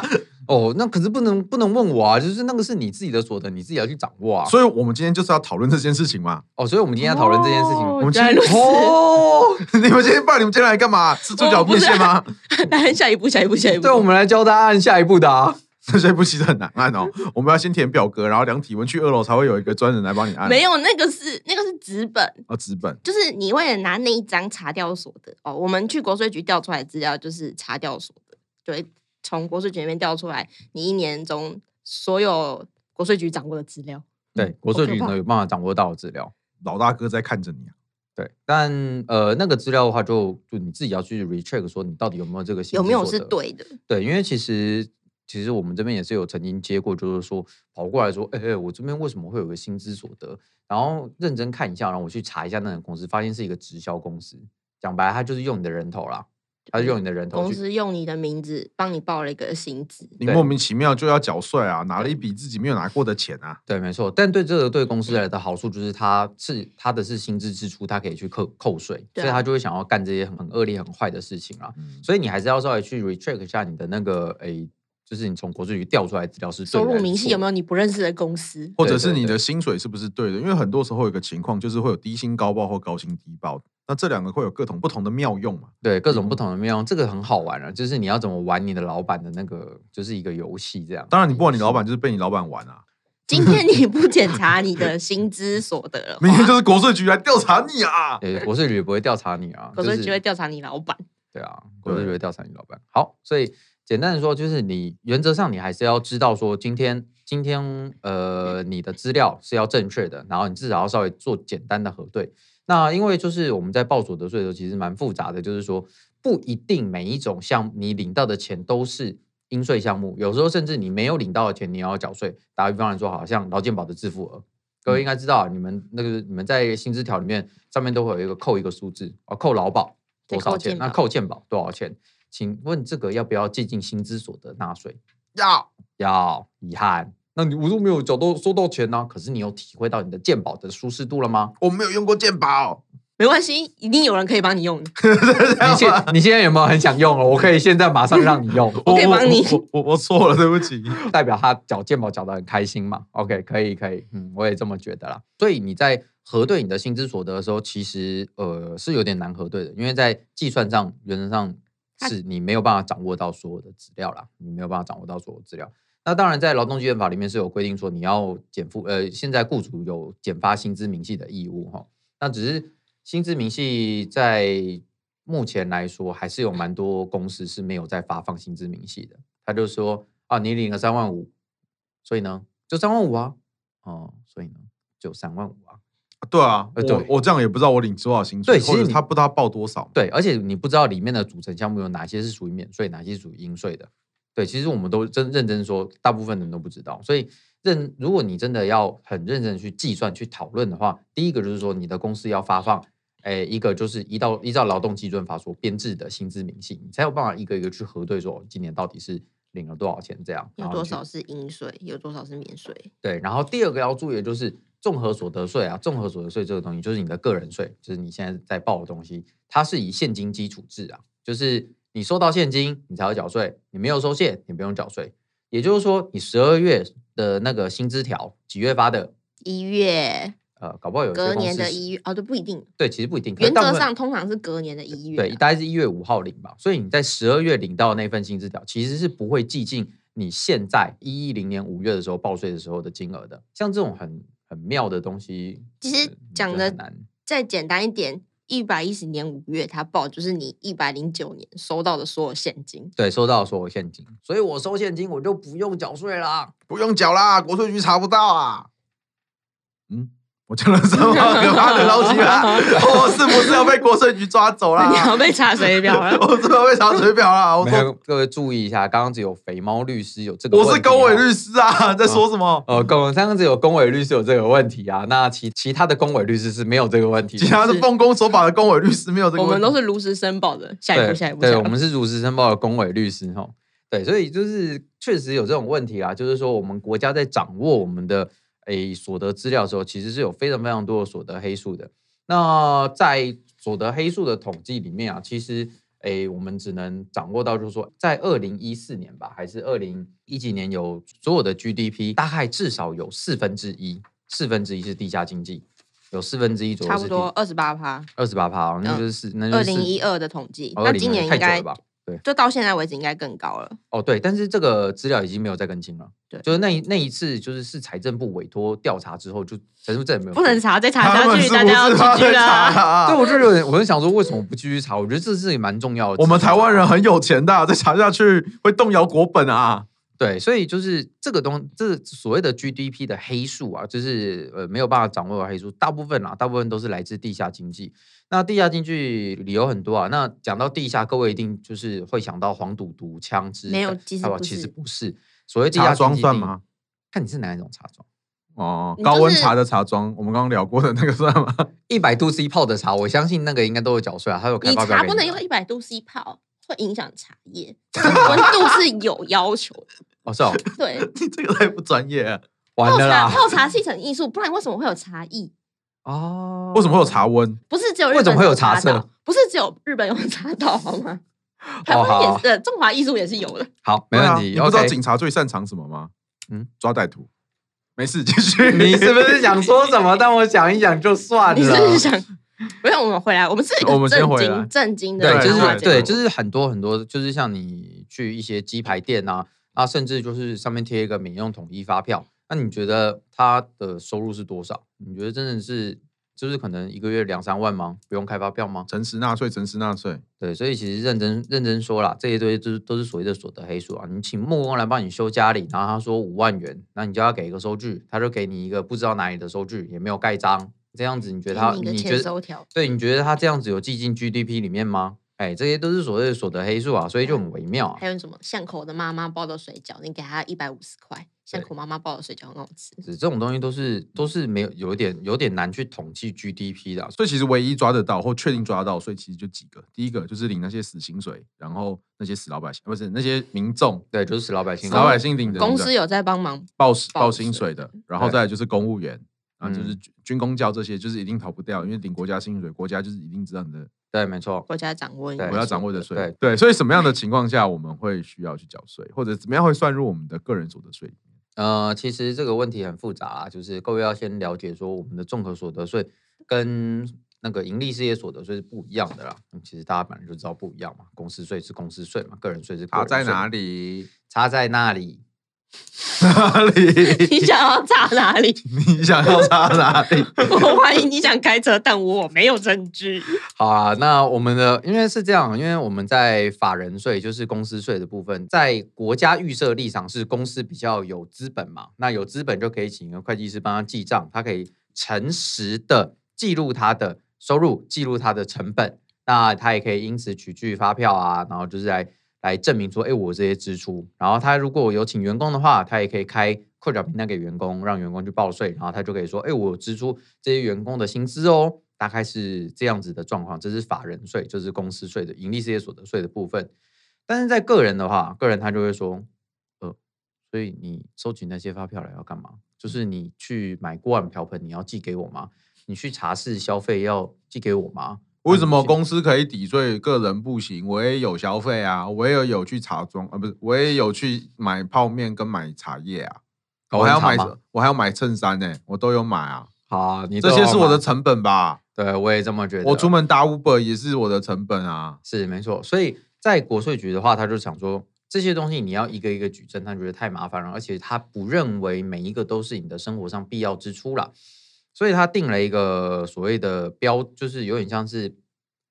[SPEAKER 2] 哦，那可是不能不能问我啊，就是那个是你自己的所得，你自己要去掌握啊。
[SPEAKER 1] 所以我们今天就是要讨论这件事情嘛。
[SPEAKER 2] 哦，所以我们今天要讨论这件事情，
[SPEAKER 3] 哦
[SPEAKER 1] 我们
[SPEAKER 3] 原来
[SPEAKER 1] 今
[SPEAKER 3] 如
[SPEAKER 1] 天
[SPEAKER 3] 此。
[SPEAKER 2] 哦，
[SPEAKER 1] 你们今天不然你们今天来干嘛？吃猪脚面线吗？
[SPEAKER 3] 来，下一步，下一步，下一步。
[SPEAKER 2] 对，我们来教大家按下一步的啊。
[SPEAKER 1] 这些不其实很难按哦。我们要先填表格，然后量体温，去二楼才会有一个专人来啊帮你按。
[SPEAKER 3] 没有那个是那个是纸本，
[SPEAKER 1] 啊，纸本
[SPEAKER 3] 就是你为了拿那一张查掉所得哦，我们去国税局调出来的资料就是查掉所得，就会从国税局那边调出来你一年中所有国税局掌握的资料。
[SPEAKER 2] 对，国
[SPEAKER 3] 嗯好
[SPEAKER 2] 税
[SPEAKER 3] 可
[SPEAKER 2] 局
[SPEAKER 3] 怕
[SPEAKER 2] 呢有办法掌握到的资料。
[SPEAKER 1] 老大哥在看着你啊。
[SPEAKER 2] 对，但呃，那个资料的话就，就你自己要去 recheck 说你到底有没有这个薪
[SPEAKER 3] 有
[SPEAKER 2] 资
[SPEAKER 3] 没有
[SPEAKER 2] 所
[SPEAKER 3] 是
[SPEAKER 2] 得？
[SPEAKER 3] 对的？
[SPEAKER 2] 对，因为其实其实我们这边也是有曾经接过，就是说跑过来说，哎、哎我这边为什么会有个薪资所得？然后认真看一下，然后我去查一下那个公司，发现是一个直销公司。讲白了，他就是用你的人头啦，他就用你的人头
[SPEAKER 3] 公
[SPEAKER 2] 去。
[SPEAKER 3] 司用你的名字帮你报了一个薪资，
[SPEAKER 1] 你
[SPEAKER 2] 对
[SPEAKER 1] 莫名其妙就要缴税啊，拿了一笔自己没有拿过的钱啊。
[SPEAKER 2] 对，没错。但对这个对公司
[SPEAKER 3] 嗯
[SPEAKER 2] 来的好处就是，它是它的是薪资支出，它可以去扣扣税，
[SPEAKER 3] 对
[SPEAKER 2] 所以
[SPEAKER 3] 啊
[SPEAKER 2] 他就会想要干这些很很恶劣、很坏的事情啦。
[SPEAKER 1] 嗯
[SPEAKER 2] 所以你还是要稍微去 recheck 一下你的那个诶、就是你从国税局调出来的资料是
[SPEAKER 3] 收入明细有没
[SPEAKER 2] 有？
[SPEAKER 3] 有你不认识的公司？
[SPEAKER 1] 或者
[SPEAKER 2] 对
[SPEAKER 1] 是
[SPEAKER 2] 对
[SPEAKER 1] 你的
[SPEAKER 2] 对
[SPEAKER 1] 薪水是不是对的？因为很多时候有一个情况就是会有低薪高报或高薪低报，那这两个会有各种不同的妙用嘛。
[SPEAKER 2] 对，各
[SPEAKER 3] 嗯
[SPEAKER 2] 种不同的面向，这个很好玩啊，就是你要怎么玩你的老板的那个，就是一个游戏这样。
[SPEAKER 1] 当然，你不管你老板就是被你老板玩啊，
[SPEAKER 3] 今天你不检查你的薪资所得
[SPEAKER 1] ，
[SPEAKER 3] 了
[SPEAKER 1] 明天就是国税局来调查你啊！
[SPEAKER 2] 对，国税局也不会调查你啊，
[SPEAKER 3] 国
[SPEAKER 2] 就
[SPEAKER 3] 税
[SPEAKER 2] 是
[SPEAKER 3] 局会调查你老板。
[SPEAKER 2] 对啊，国
[SPEAKER 1] 对
[SPEAKER 2] 税局会调查你老板。好，所以简单的说，就是你原则上你还是要知道说今天今天呃你的资料是要正确的，然后你至少要稍微做简单的核对。那因为就是我们在报所得税的时候，其实蛮复杂的，就是说不一定每一种项目你领到的钱都是应税项目，有时候甚至你没有领到的钱你也要缴税。打个比方来说，好像劳健保的自付额，各
[SPEAKER 3] 嗯
[SPEAKER 2] 位应该知道，你们那个你们在薪资条里面上面都会有一个扣一个数字，哦，扣劳保
[SPEAKER 3] 对
[SPEAKER 2] 多少
[SPEAKER 3] 扣
[SPEAKER 2] 钱，
[SPEAKER 3] 健
[SPEAKER 2] 那
[SPEAKER 3] 保
[SPEAKER 2] 扣健保多少钱？请问这个要不要计进薪资所得纳税？
[SPEAKER 1] 要
[SPEAKER 2] 要，遗憾。那你我都没有缴到收到钱呢、可是你有体会到你的健保的舒适度了 吗？
[SPEAKER 1] 我没有用过健保，
[SPEAKER 3] 没关系，一定有人可以帮你用的。
[SPEAKER 2] 你现你现在有没有很想用了？我可以现在马上让你用，
[SPEAKER 3] 我可以帮你
[SPEAKER 1] 我我我错了，对不起。
[SPEAKER 2] 代表他缴健保缴得很开心嘛？OK，可以可以，嗯，我也这么觉得啦。所以你在核对你的薪资所得的时候，其实呃是有点难核对的，因为在计算上原则上
[SPEAKER 3] 它
[SPEAKER 2] 是你没有办法掌握到所有的资料啦，你没有办法掌握到所有资料。那当然，在劳动基本法里面是有规定说你要减负，呃，现在雇主有减发薪资明细的义务哈。那只是薪资明细在目前来说，还是有蛮多公司是没有在发放薪资明细的。他就说啊，你领了三万五，所以呢，就三万五啊，哦，所以呢，就三万五啊。
[SPEAKER 1] 对啊，
[SPEAKER 2] 呃对
[SPEAKER 1] 我我这样也不知道我领多少薪水，
[SPEAKER 2] 对其实
[SPEAKER 1] 或者
[SPEAKER 2] 你
[SPEAKER 1] 他不知道他报多少嘛。
[SPEAKER 2] 对，而且你不知道里面的组成项目有哪些是属于免税，哪些是属于应税的。对，其实我们都真认真说，大部分人都不知道。所以认，如果你真的要很认真地去计算、去讨论的话，第一个就是说，你的公司要发放，诶，一个就是依照依照劳动基准法所编制的薪资明细，你才有办法一个一个去核对说，哦今年到底是领了多少钱这样，
[SPEAKER 3] 有
[SPEAKER 2] 然后
[SPEAKER 3] 多
[SPEAKER 2] 去
[SPEAKER 3] 少是应税，有多少是免税？
[SPEAKER 2] 对，然后第二个要注意的就是综合所得税啊，综合所得税这个东西就是你的个人税，就是你现在在报的东西，它是以现金基础制啊，就是你收到现金你才要缴税，你没有收现你不用缴税。也就是说，你十二月的那个薪资条几月发的？
[SPEAKER 3] 一月，
[SPEAKER 2] 呃，搞不好有一些
[SPEAKER 3] 隔
[SPEAKER 2] 公
[SPEAKER 3] 年
[SPEAKER 2] 司
[SPEAKER 3] 的
[SPEAKER 2] 是
[SPEAKER 3] 一月，哦，对，不一定。
[SPEAKER 2] 对，其实不一定，可是
[SPEAKER 3] 原
[SPEAKER 2] 大部
[SPEAKER 3] 则
[SPEAKER 2] 分
[SPEAKER 3] 上通常是隔年的一月啊
[SPEAKER 2] 对，
[SPEAKER 3] 啦，
[SPEAKER 2] 大概是一月五号领吧，所以你在十二月领到的那份薪资条，其实是不会计进你现在一一零年五月的时候报税的时候的金额的。像这种很很妙的东西，
[SPEAKER 3] 其实
[SPEAKER 2] 呃你
[SPEAKER 3] 讲
[SPEAKER 2] 就
[SPEAKER 3] 得
[SPEAKER 2] 很难，
[SPEAKER 3] 再简单一点，一百一十年五月他报就是你一百零九年收到的所有现 金，
[SPEAKER 2] 对，收到所有现金，所以我收现金我就不用缴税啦。
[SPEAKER 1] 不用缴啦，国税局查不到啊。嗯，我讲了什么可怕的东西啦？我是不是要被国税局抓走啦？
[SPEAKER 3] 你要被查 水表了。
[SPEAKER 1] 我是不是要被查水表啦？我
[SPEAKER 2] 没
[SPEAKER 1] 说
[SPEAKER 2] 有，各位注意一下，刚刚只有肥猫律师有这个问题哦，
[SPEAKER 1] 我是公委律师啊，在说什么？
[SPEAKER 2] 呃，公刚刚只有公委律师有这个问题啊，那其其他的公委律师是没有这个问题的。
[SPEAKER 1] 其他是奉公守法的公委律师没有这个
[SPEAKER 3] 我
[SPEAKER 1] 问题，
[SPEAKER 3] 们都是如实申报的，下一
[SPEAKER 2] 对
[SPEAKER 3] 步，下一步，
[SPEAKER 2] 对，
[SPEAKER 3] 下一
[SPEAKER 2] 我
[SPEAKER 3] 步。
[SPEAKER 2] 们是如实申报的公委律师吼。对，所以就是确实有这种问题啦，就是说我们国家在掌握我们的诶所得资料的时候，其实是有非常非常多的所得黑数的。那在所得黑数的统计里面啊，其实诶我们只能掌握到，就是说在二零一四年吧，还是二零一几年有所有的 GDP 大概至少有四分之一，四分之一是地下经济，有四分之一左右
[SPEAKER 3] 差
[SPEAKER 2] 是
[SPEAKER 3] 不多二十八趴，
[SPEAKER 2] 二十八趴，哦那
[SPEAKER 3] 嗯
[SPEAKER 2] 就是四那就
[SPEAKER 3] 二
[SPEAKER 2] 是
[SPEAKER 3] 零
[SPEAKER 2] 四
[SPEAKER 3] 一二的统计，
[SPEAKER 2] 哦
[SPEAKER 3] 那
[SPEAKER 2] 20
[SPEAKER 3] 今年
[SPEAKER 2] 太
[SPEAKER 3] 应
[SPEAKER 2] 久了
[SPEAKER 3] 该
[SPEAKER 2] 吧？
[SPEAKER 3] 就到现在为止应该更高了。
[SPEAKER 2] 哦，对，但是这个资料已经没有再更新了。
[SPEAKER 3] 对
[SPEAKER 2] 就是那一那一次，就是是财政部委托调查之后，就财政部再也没有
[SPEAKER 3] 不能
[SPEAKER 2] 做。
[SPEAKER 3] 查，再查
[SPEAKER 1] 他
[SPEAKER 3] 下
[SPEAKER 1] 们
[SPEAKER 3] 去
[SPEAKER 1] 是
[SPEAKER 3] 大
[SPEAKER 1] 不
[SPEAKER 3] 家要
[SPEAKER 1] 是他
[SPEAKER 3] 出去
[SPEAKER 1] 在
[SPEAKER 3] 啦。
[SPEAKER 1] 查啊？
[SPEAKER 2] 对，我就有点，我就想说，为什么不继续查？我觉得这是也蛮重要的。
[SPEAKER 1] 我们台湾人很有钱的啊，再查下去会动摇国本啊。
[SPEAKER 2] 对，所以就是这个东，这所谓的 GDP 的黑数啊，就是呃没有办法掌握的黑数，大部分啊，大部分都是来自地下经济。那地下经济理由很多啊。那讲到地下，各位一定就是会想到黄赌毒、枪支，
[SPEAKER 3] 没有其实
[SPEAKER 2] 好吧
[SPEAKER 3] 不
[SPEAKER 2] 其实
[SPEAKER 3] 是
[SPEAKER 2] 不是。所谓地
[SPEAKER 1] 茶
[SPEAKER 2] 下
[SPEAKER 1] 庄
[SPEAKER 2] 经济
[SPEAKER 1] 算
[SPEAKER 2] 定义
[SPEAKER 1] 吗？？
[SPEAKER 2] 看你是哪一种茶庄。
[SPEAKER 1] 哦
[SPEAKER 3] 你，就
[SPEAKER 1] 高
[SPEAKER 3] 是
[SPEAKER 1] 温茶的茶庄，我们刚刚聊过的那个算吗？
[SPEAKER 2] 一百度 C 泡的茶，我相信那个应该都有缴税啊，它有开
[SPEAKER 3] 你
[SPEAKER 2] 发票
[SPEAKER 3] 茶
[SPEAKER 2] 给
[SPEAKER 3] 不能
[SPEAKER 2] 啊
[SPEAKER 3] 用一百度 C 泡，会影响茶叶， 温度是有要求的。
[SPEAKER 2] 哦，是哦，
[SPEAKER 3] 对，
[SPEAKER 1] 你这个太不专业了。
[SPEAKER 2] 完
[SPEAKER 3] 泡
[SPEAKER 2] 了
[SPEAKER 3] 茶
[SPEAKER 2] 啦，
[SPEAKER 3] 泡茶是一层艺术，不然为什么会有茶艺？
[SPEAKER 2] 哦，
[SPEAKER 1] 为什么会有？茶温？
[SPEAKER 3] 不是只有日
[SPEAKER 2] 为什么
[SPEAKER 3] 本
[SPEAKER 2] 会有
[SPEAKER 3] 茶
[SPEAKER 2] 茶色
[SPEAKER 3] 道？不是只有日本有茶道好吗？台湾 也
[SPEAKER 2] 好啊
[SPEAKER 3] 是，呃中华艺术也是有 的。
[SPEAKER 2] 好，没
[SPEAKER 1] 对啊
[SPEAKER 2] 问题
[SPEAKER 1] 你不知道
[SPEAKER 2] ，OK。
[SPEAKER 1] 警察最擅长什么吗？嗯
[SPEAKER 2] 嗯，
[SPEAKER 1] 抓歹徒。没事，继续。
[SPEAKER 2] 你是不是想说什么？但我想一想就算
[SPEAKER 3] 你是不是
[SPEAKER 2] 了。
[SPEAKER 3] 想？不要，我们回来，我们是一
[SPEAKER 1] 我们
[SPEAKER 3] 个
[SPEAKER 1] 先
[SPEAKER 3] 正
[SPEAKER 1] 回来
[SPEAKER 3] 经正经的
[SPEAKER 2] 对，就
[SPEAKER 3] 谈话
[SPEAKER 1] 对
[SPEAKER 2] 是
[SPEAKER 3] 节
[SPEAKER 2] 对，
[SPEAKER 3] 目，
[SPEAKER 2] 就是很多很多，就是像你去一些鸡排店啊，啊，甚至就是上面贴一个免用统一发票，那你觉得他的收入是多少？你觉得真的是就是可能一个月两三万吗？不用开发票吗？
[SPEAKER 1] 诚实纳税，诚实纳税。
[SPEAKER 2] 对，所以其实认真认真说啦，这些都是都是所谓的所得黑数啊。你请木工来帮你修家里，然后他说五万元，那你就要给一个收据，他就给你一个不知道哪里的收据，也没有盖章，这样子你觉得他
[SPEAKER 3] 给你一个
[SPEAKER 2] 你觉
[SPEAKER 3] 签
[SPEAKER 2] 得
[SPEAKER 3] 收条，
[SPEAKER 2] 对你觉得他这样子有记进 GDP 里面吗？哎，这些都是所谓的所得黑数啊，所以就很微妙啊
[SPEAKER 3] 还。有什么巷口的妈妈包的水饺，你给她一百五十块，巷
[SPEAKER 2] 对
[SPEAKER 3] 口妈妈包的水饺很好吃。
[SPEAKER 2] 这种东西都是都是没有有一点有点难去统计 GDP 的啊、
[SPEAKER 1] 所以其实唯一抓得到或确定抓得到，所以其实就几个。第一个就是领那些死薪水，然后那些死老百姓，呃不是那些民众，
[SPEAKER 2] 对，就是死老百姓
[SPEAKER 1] 死
[SPEAKER 2] 啊。
[SPEAKER 1] 老百姓领的
[SPEAKER 3] 公
[SPEAKER 1] 那个
[SPEAKER 3] 司有在帮忙，
[SPEAKER 1] 报时
[SPEAKER 3] 报
[SPEAKER 1] 报
[SPEAKER 3] 税
[SPEAKER 1] 薪水的，然后
[SPEAKER 2] 对
[SPEAKER 1] 再来就是公务员，然后就是
[SPEAKER 2] 嗯
[SPEAKER 1] 军军工教这些，就是一定逃不掉，因为领国家薪水，国家就是一定知道你的
[SPEAKER 2] 对，没错，
[SPEAKER 3] 国家掌握你
[SPEAKER 2] 对
[SPEAKER 1] 我要掌握的
[SPEAKER 2] 是
[SPEAKER 1] 税。
[SPEAKER 2] 的
[SPEAKER 1] 对所以什么样的情况下我们会需要去缴税，或者怎么样会算入我们的个人所得税里面？
[SPEAKER 2] 呃，其实这个问题很复杂啊，就是各位要先了解说我们的综合所得税跟那个盈利事业所得税是不一样的啦。嗯其实大家本来就知道不一样嘛，公司税是公司税嘛，个人税是个人税嘛？
[SPEAKER 1] 里？
[SPEAKER 2] 差在那里。
[SPEAKER 1] 哪
[SPEAKER 3] 你
[SPEAKER 1] 里？
[SPEAKER 3] 想要 炸哪里？
[SPEAKER 1] 你想要差哪里？
[SPEAKER 3] 我怀疑你想开车，但我没有 证据。
[SPEAKER 2] 好啊，那我们的因为是这样，因为我们在法人税，就是公司税的部分，在国家预设立场是公司比较有资本嘛，那有资本就可以请一个会计师帮他记账，他可以诚实的记录他的收入，记录他的成本，那他也可以因此取具发票啊，然后就是来来证明说，哎，我这些支出，然后他如果有请员工的话，他也可以开扣缴凭单给员工，让员工去报税，然后他就可以说，哎，我有支出这些员工的薪资哦，大概是这样子的状况，这是法人税，就是公司税的盈利事业所得税的部分。但是在个人的话，个人他就会说，呃，所以你收集那些发票来要干嘛？就是你去买锅碗瓢盆，你要寄给我吗？你去茶室消费要寄给我吗？
[SPEAKER 1] 为
[SPEAKER 2] 啊
[SPEAKER 1] 什么公司可以抵税，个人不行？我也有消费啊，我也有去茶庄啊，不是，我也有去买泡面跟买茶叶啊，
[SPEAKER 2] 搞
[SPEAKER 1] 我还要
[SPEAKER 2] 完哦茶
[SPEAKER 1] 买
[SPEAKER 2] 吗，
[SPEAKER 1] 我还要买衬衫呢、我都有买啊，
[SPEAKER 2] 好啊，你
[SPEAKER 1] 这
[SPEAKER 2] 都
[SPEAKER 1] 些
[SPEAKER 2] 要
[SPEAKER 1] 是我的
[SPEAKER 2] 买，
[SPEAKER 1] 成本吧？
[SPEAKER 2] 对我也这么觉得。
[SPEAKER 1] 我出门打 Uber 也是我的成本啊。
[SPEAKER 2] 是没错，所以在国税局的话，他就想说这些东西你要一个一个举证，他觉得太麻烦了，而且他不认为每一个都是你的生活上必要支出啦，所以他定了一个所谓的标，就是有点像是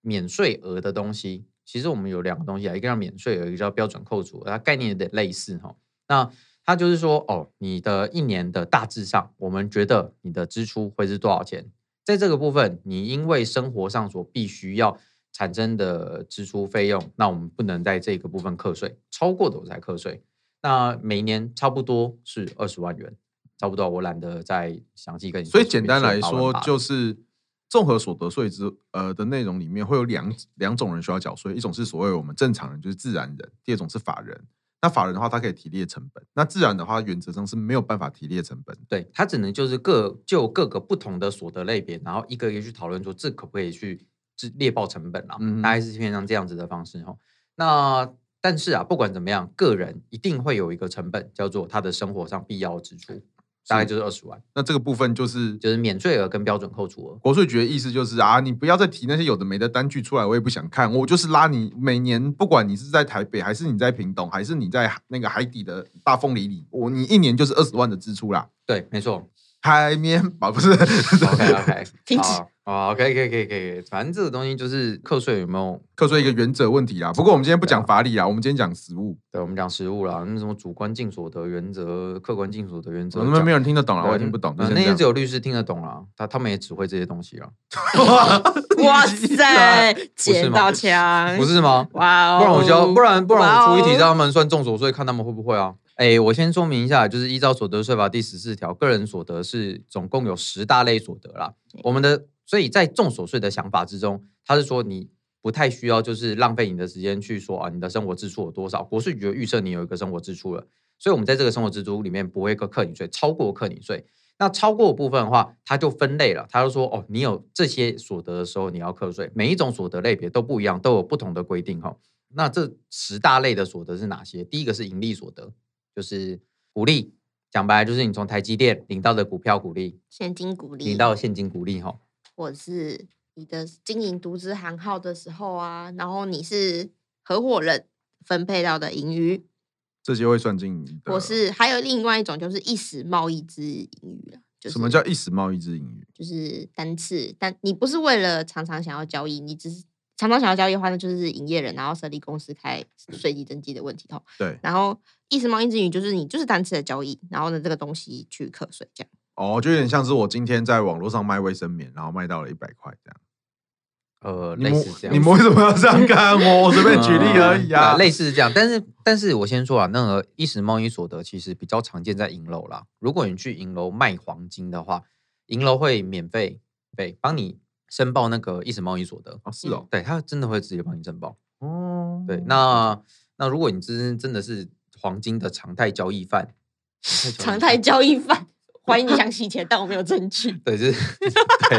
[SPEAKER 2] 免税额的东西。其实我们有两个东西啊，一个叫免税额，一个叫标准扣除额，它概念有点类似哈、那它就是说，哦，你的一年的大致上，我们觉得你的支出会是多少钱？在这个部分，你因为生活上所必须要产生的支出费用，那我们不能在这个部分课税，超过的我才课税。那每年差不多是二十万元，差不多，我懒得再详细跟你说。
[SPEAKER 1] 所以简单来
[SPEAKER 2] 随便
[SPEAKER 1] 说
[SPEAKER 2] 把，它
[SPEAKER 1] 就是综合所得税之呃的内容里面会有两两种人需要缴税，一种是所谓我们正常人，就是自然人；第二种是法人。那法人的话，他可以提列成本；那自然的话，原则上是没有办法提列成本的。
[SPEAKER 2] 对，它只能就是各就各个不同的所得类别，然后一个一个去讨论说这可不可以去制列报成本啦、
[SPEAKER 1] 嗯哼
[SPEAKER 2] 大概是偏向这样子的方式哦。那但是啊，不管怎么样，个人一定会有一个成本，叫做他的生活上必要支出，大概就是二十万，
[SPEAKER 1] 那这个部分就是
[SPEAKER 2] 就是免税额跟标准扣除额。
[SPEAKER 1] 国税局的意思就是啊，你不要再提那些有的没的单据出来，我也不想看。我就是拉你每年，不管你是在台北，还是你在屏东，还是你在那个海底的大凤梨里，我你一年就是二十万的支出啦。
[SPEAKER 2] 对，没错。
[SPEAKER 1] 海绵宝不是
[SPEAKER 2] OK OK，
[SPEAKER 3] 停止
[SPEAKER 2] 好。好，OK，可以，可以，可以，可以反正这个东西就是课税有没有
[SPEAKER 1] 课税一个原则问题啦。不过我们今天不
[SPEAKER 2] 对
[SPEAKER 1] 讲
[SPEAKER 2] 啊
[SPEAKER 1] 法理啦，我们今天讲实务。
[SPEAKER 2] 对，我们讲实物啦，那什么主观净所得原则、客观净所得原则
[SPEAKER 1] 我
[SPEAKER 2] 讲，
[SPEAKER 1] 们没有人听得懂了，
[SPEAKER 2] 对
[SPEAKER 1] 我也啊听不懂。
[SPEAKER 2] 呃
[SPEAKER 1] 就
[SPEAKER 2] 那
[SPEAKER 1] 先
[SPEAKER 2] 些
[SPEAKER 1] 这
[SPEAKER 2] 只
[SPEAKER 1] 样
[SPEAKER 2] 有律师听得懂啦，他他们也只会这些东西啦，
[SPEAKER 3] 哇塞，
[SPEAKER 2] 是
[SPEAKER 3] 捡
[SPEAKER 2] 吗
[SPEAKER 3] 到枪！
[SPEAKER 1] 哎
[SPEAKER 2] 不是吗？
[SPEAKER 3] 哇哦！
[SPEAKER 2] 不然我教，不然不然我出一题
[SPEAKER 3] 哇哦
[SPEAKER 2] 让他们算重所税，看他们会不会啊？哎，我先说明一下，就是依照所得税法第十四条，个人所得是总共有十大类所得啦。我们的所以在重所税的想法之中，他是说你不太需要就是浪费你的时间去说啊你的生活支出有多少，国税局有预设你有一个生活支出了，所以我们在这个生活支出里面不会课课你税，超过课你税。那超过的部分的话，它就分类了。它就说，哦，你有这些所得的时候，你要课税。每一种所得类别都不一样，都有不同的规定哈、哦。那这十大类的所得是哪些？第一个是盈利所得，就是股利，讲白了就是你从台积电领到的股票股利，
[SPEAKER 3] 现金鼓励
[SPEAKER 2] 领，到的现金股利哈、哦。
[SPEAKER 3] 或者是你的经营独资行号的时候啊，然后你是合伙人分配到的盈余，
[SPEAKER 1] 这些会算进
[SPEAKER 2] 嗯
[SPEAKER 1] 你的。
[SPEAKER 3] 我是还有另外一种就是一时贸易之盈余了。就是、
[SPEAKER 1] 什么叫一时贸易之盈余？
[SPEAKER 3] 就是单次，但你不是为了常常想要交易，你只是常常想要交易的话，那就是营业人，然后设立公司开税基登记的问题吼。
[SPEAKER 1] 对，
[SPEAKER 3] 然后一时贸易之盈余就是你就是单次的交易，然后呢这个东西去课税这样。
[SPEAKER 1] 哦，就有点像是我今天在网络上卖卫生棉，然后卖到了一百块这样。
[SPEAKER 2] 呃，
[SPEAKER 1] 你
[SPEAKER 2] 类似
[SPEAKER 1] 们
[SPEAKER 2] 这样
[SPEAKER 1] 你
[SPEAKER 2] 子，
[SPEAKER 1] 们为什么要这样看 我？我随便举例而已啊。
[SPEAKER 2] 嗯对类似是这样，但是但是我先说啊，那个一时贸易所得其实比较常见在银楼啦。如果你去银楼卖黄金的话，银楼会免费对帮你申报那个一时贸易所得，
[SPEAKER 1] 哦，是哦，
[SPEAKER 2] 对他真的会直接帮你申报。
[SPEAKER 1] 哦，
[SPEAKER 3] 嗯
[SPEAKER 2] 对，那那如果你真真的是黄金的常态交易犯，
[SPEAKER 3] 常
[SPEAKER 2] 常
[SPEAKER 3] 态
[SPEAKER 2] 交易犯
[SPEAKER 3] 交易 犯，怀疑你想洗钱，但我没有证据。
[SPEAKER 2] 对，就是 对，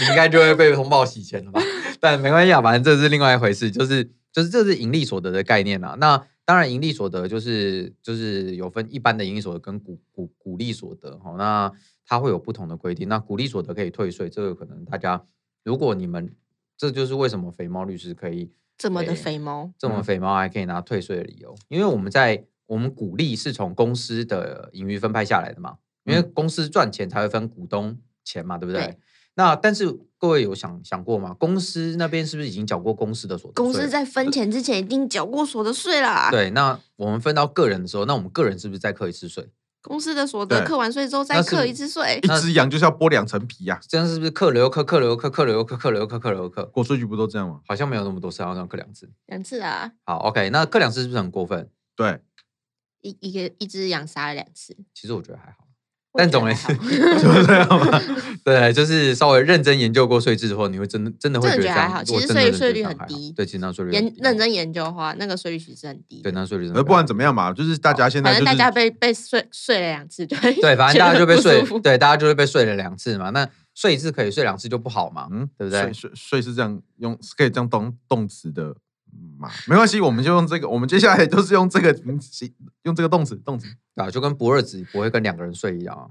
[SPEAKER 2] 你应该就会被通报洗钱了吧？但没关系啊，反正这是另外一回事，就是就是这是盈利所得的概念啦。啊那当然，盈利所得就是就是有分一般的盈利所得跟股股股利所得好，那它会有不同的规定。那股利所得可以退税，这个可能大家如果你们这就是为什么肥猫律师可以
[SPEAKER 3] 这么的
[SPEAKER 2] 哎
[SPEAKER 3] 肥猫，
[SPEAKER 2] 这么
[SPEAKER 1] 嗯
[SPEAKER 2] 肥猫还可以拿退税的理由，因为我们在我们股利是从公司的盈余分派下来的嘛，因为
[SPEAKER 1] 嗯
[SPEAKER 2] 公司赚钱才会分股东钱嘛，对不对？
[SPEAKER 3] 对
[SPEAKER 2] 那但是各位有想想过吗？公司那边是不是已经缴过公司的所得税了？
[SPEAKER 3] 公司在分钱之前一定缴过所得税啦。，
[SPEAKER 2] 呃对，那我们分到个人的时候，那我们个人是不是再课一次税？
[SPEAKER 3] 公司的所得
[SPEAKER 1] 对
[SPEAKER 3] 课完税之后再
[SPEAKER 2] 那是
[SPEAKER 3] 课一次税
[SPEAKER 1] 一。只羊就是要剥两层皮啊呀。
[SPEAKER 2] 这样是不是课了又课，课了又课，课了又课，课了又课，课了又课？
[SPEAKER 1] 国税局不都这样吗？
[SPEAKER 2] 好像没有那么多次，好像课两次。
[SPEAKER 3] 两次啊，
[SPEAKER 2] 好，OK，那课两次是不是很过分？
[SPEAKER 1] 对，
[SPEAKER 3] 一一个一只羊杀了两次，
[SPEAKER 2] 其实我觉得还好。
[SPEAKER 3] 我也
[SPEAKER 2] 但
[SPEAKER 3] 觉
[SPEAKER 2] 总
[SPEAKER 3] 得
[SPEAKER 2] 而
[SPEAKER 3] 还 好
[SPEAKER 1] 就是这样吗？
[SPEAKER 2] 对，就是稍微认真研究过税制之后，你会真的真的会
[SPEAKER 3] 真的
[SPEAKER 2] 觉得
[SPEAKER 3] 觉得
[SPEAKER 2] 这样
[SPEAKER 3] 还好
[SPEAKER 2] 我
[SPEAKER 3] 其实
[SPEAKER 2] 真的认
[SPEAKER 3] 税
[SPEAKER 2] 真
[SPEAKER 3] 税
[SPEAKER 2] 觉
[SPEAKER 3] 率
[SPEAKER 2] 得
[SPEAKER 3] 很
[SPEAKER 2] 还好
[SPEAKER 3] 低
[SPEAKER 2] 对，其实那税率很
[SPEAKER 3] 研
[SPEAKER 2] 低
[SPEAKER 3] 认真研究的话，那个税率其实是很低
[SPEAKER 2] 对，
[SPEAKER 3] 的。
[SPEAKER 2] 那税率真的
[SPEAKER 1] 而不管
[SPEAKER 2] 很
[SPEAKER 1] 怎么样嘛，就是大家现在
[SPEAKER 3] 反
[SPEAKER 1] 就
[SPEAKER 3] 正
[SPEAKER 1] 是
[SPEAKER 3] 大家被被睡睡了两次，对
[SPEAKER 2] 低对，反正大家就被
[SPEAKER 3] 睡
[SPEAKER 2] 税，对，大家就会被税了两次嘛。那税一次可以税两次就不好嘛，
[SPEAKER 1] 嗯，
[SPEAKER 2] 对不对
[SPEAKER 1] 税税税是这样用，是可以这样动动词的嗯嘛？没关系，我们就用这个，我们接下来就是用这个名词，用这个动词，动词。
[SPEAKER 2] 对啊，就跟不二子不会跟两个人睡一样啊。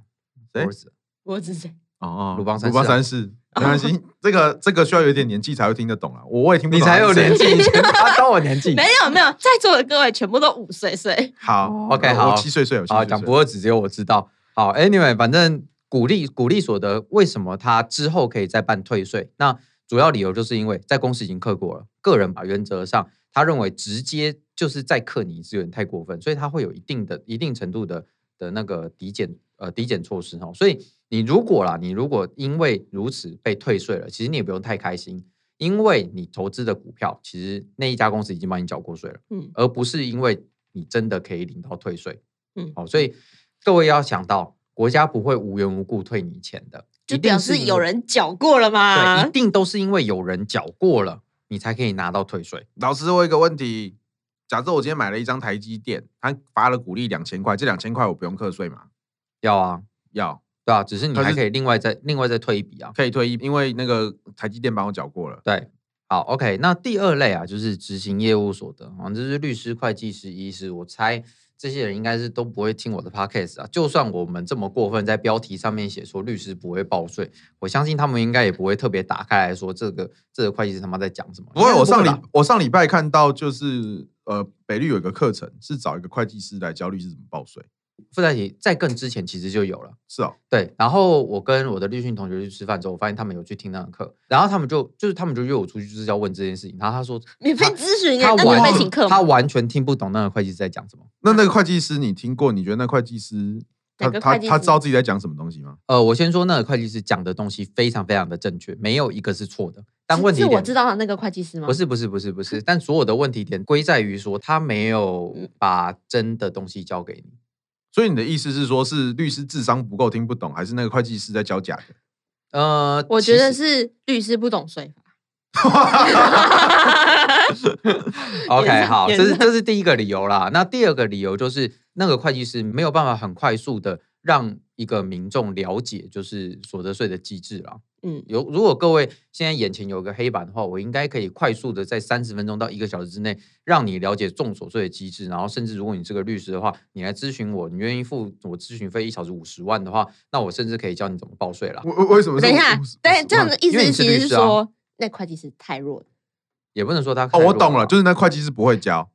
[SPEAKER 2] 不
[SPEAKER 1] 谁
[SPEAKER 2] 二子
[SPEAKER 3] 我只是
[SPEAKER 1] 哦，
[SPEAKER 2] 鲁邦三世啊
[SPEAKER 1] 鲁邦三世，没关 系，这个这个需要有一点年纪才会听得懂啊，我我也听不
[SPEAKER 2] 你
[SPEAKER 1] 懂啊。
[SPEAKER 2] 才有
[SPEAKER 1] 谁
[SPEAKER 2] 年纪，你才他到我年纪
[SPEAKER 3] 没。有没有，在座的各位全部都五岁岁，
[SPEAKER 1] 好
[SPEAKER 2] 哦，OK，
[SPEAKER 1] 我
[SPEAKER 2] 好
[SPEAKER 1] 我七岁岁，我七岁
[SPEAKER 2] 啊，
[SPEAKER 1] 岁。
[SPEAKER 2] 讲不二子只有我知道。好，Anyway，反正鼓励鼓励所得，为什么他之后可以再办退税？那主要理由就是因为在公司已经课过了，个人吧，原则上他认为直接就是再课你一次有点太过分，所以他会有一定的一定程度的的那个抵减呃抵减措施哈。所以你如果啦，你如果因为如此被退税了，其实你也不用太开心。因为你投资的股票，其实那一家公司已经帮你缴过税了，
[SPEAKER 3] 嗯
[SPEAKER 2] 而不是因为你真的可以领到退税。
[SPEAKER 3] 嗯，
[SPEAKER 2] 好、所以各位要想到，国家不会无缘无故退你钱的，
[SPEAKER 3] 就
[SPEAKER 2] 一定
[SPEAKER 3] 表
[SPEAKER 2] 是
[SPEAKER 3] 示
[SPEAKER 2] 因
[SPEAKER 3] 有
[SPEAKER 2] 为
[SPEAKER 3] 人啊缴过了嘛
[SPEAKER 2] 对，一。定都是因为有人缴过了，你才可以拿到退税。
[SPEAKER 1] 老师，我有一个问题，假设我今天买了一张台积电，他发了股利两千块，这两千块我不用课税嘛？
[SPEAKER 2] 要啊，
[SPEAKER 1] 要
[SPEAKER 2] 对啊，只是你
[SPEAKER 1] 可
[SPEAKER 2] 还
[SPEAKER 1] 是
[SPEAKER 2] 可以另外再另外再退一笔啊。
[SPEAKER 1] 可以退一，因为那个台积电帮我缴过了。
[SPEAKER 2] 对，好，OK。那第二类啊，就是执行业务所得啊，这是律师、会计师、医师。我猜这些人应该是都不会听我的 podcast 啊。就算我们这么过分，在标题上面写说律师不会报税，我相信他们应该也不会特别打开来说这个这个会计师他妈在讲什么。
[SPEAKER 1] 不会，
[SPEAKER 2] 应该
[SPEAKER 1] 我上
[SPEAKER 2] 吧
[SPEAKER 1] 礼我上礼拜看到就是呃，北律有一个课程是找一个会计师来教律师怎么报税，
[SPEAKER 2] 附带题在更之前其实就有了。
[SPEAKER 1] 是哦，
[SPEAKER 2] 对，然后我跟我的律训同学去吃饭之后，我发现他们有去听那堂课，然后他们就就是他们就约我出去，就是要问这件事情。然后他说
[SPEAKER 3] 免费
[SPEAKER 2] 他
[SPEAKER 3] 咨询耶，
[SPEAKER 2] 他
[SPEAKER 3] 那你
[SPEAKER 2] 完
[SPEAKER 3] 被请客
[SPEAKER 2] 他
[SPEAKER 3] 吗？
[SPEAKER 2] 完全听不懂那个会计师在讲什么。
[SPEAKER 1] 那那个会计师你听过？你觉得那会计师他
[SPEAKER 3] 哪个
[SPEAKER 1] 他
[SPEAKER 3] 会计
[SPEAKER 1] 他
[SPEAKER 3] 师
[SPEAKER 1] 知道自己在讲什么东西吗？
[SPEAKER 2] 呃，我先说那个会计师讲的东西非常非常的正确，没有一个是错的。但
[SPEAKER 3] 是
[SPEAKER 2] 问题
[SPEAKER 3] 是我
[SPEAKER 2] 点
[SPEAKER 3] 知道的那个会计师吗？
[SPEAKER 2] 不，是不是不是不是，但所有的问题点归在于说他没有
[SPEAKER 3] 嗯
[SPEAKER 2] 把真的东西交给你。
[SPEAKER 1] 所以你的意思是说，是律师智商不够听不懂，还是那个会计师在教假的？
[SPEAKER 2] 呃，
[SPEAKER 3] 我
[SPEAKER 2] 其
[SPEAKER 3] 觉得
[SPEAKER 2] 实
[SPEAKER 3] 是律师不懂税法。
[SPEAKER 2] OK，
[SPEAKER 3] 演
[SPEAKER 2] 好，
[SPEAKER 3] 算
[SPEAKER 2] 这是
[SPEAKER 3] 演
[SPEAKER 2] 这是第一个理由啦。那第二个理由就是，那个会计师没有办法很快速的让一个民众了解，就是所得税的机制啦。
[SPEAKER 3] 嗯，
[SPEAKER 2] 有如果各位现在眼前有个黑板的话，我应该可以快速的在三十分钟到一个小时之内，让你了解重所税的机制。然后，甚至如果你是个律师的话，你来咨询我，你愿意付我咨询费一小时五十万的话，那我甚至可以教你怎么报税啦。
[SPEAKER 1] 为为为什么是
[SPEAKER 3] 等一下
[SPEAKER 1] 五十，
[SPEAKER 3] 对，这样的意
[SPEAKER 2] 因为
[SPEAKER 3] 思
[SPEAKER 2] 你是
[SPEAKER 3] 其
[SPEAKER 2] 律
[SPEAKER 3] 实是
[SPEAKER 2] 师啊
[SPEAKER 3] 说那会计师太弱了。
[SPEAKER 2] 也不能说他啊
[SPEAKER 1] 哦，我懂了，就是是那会计师不会教，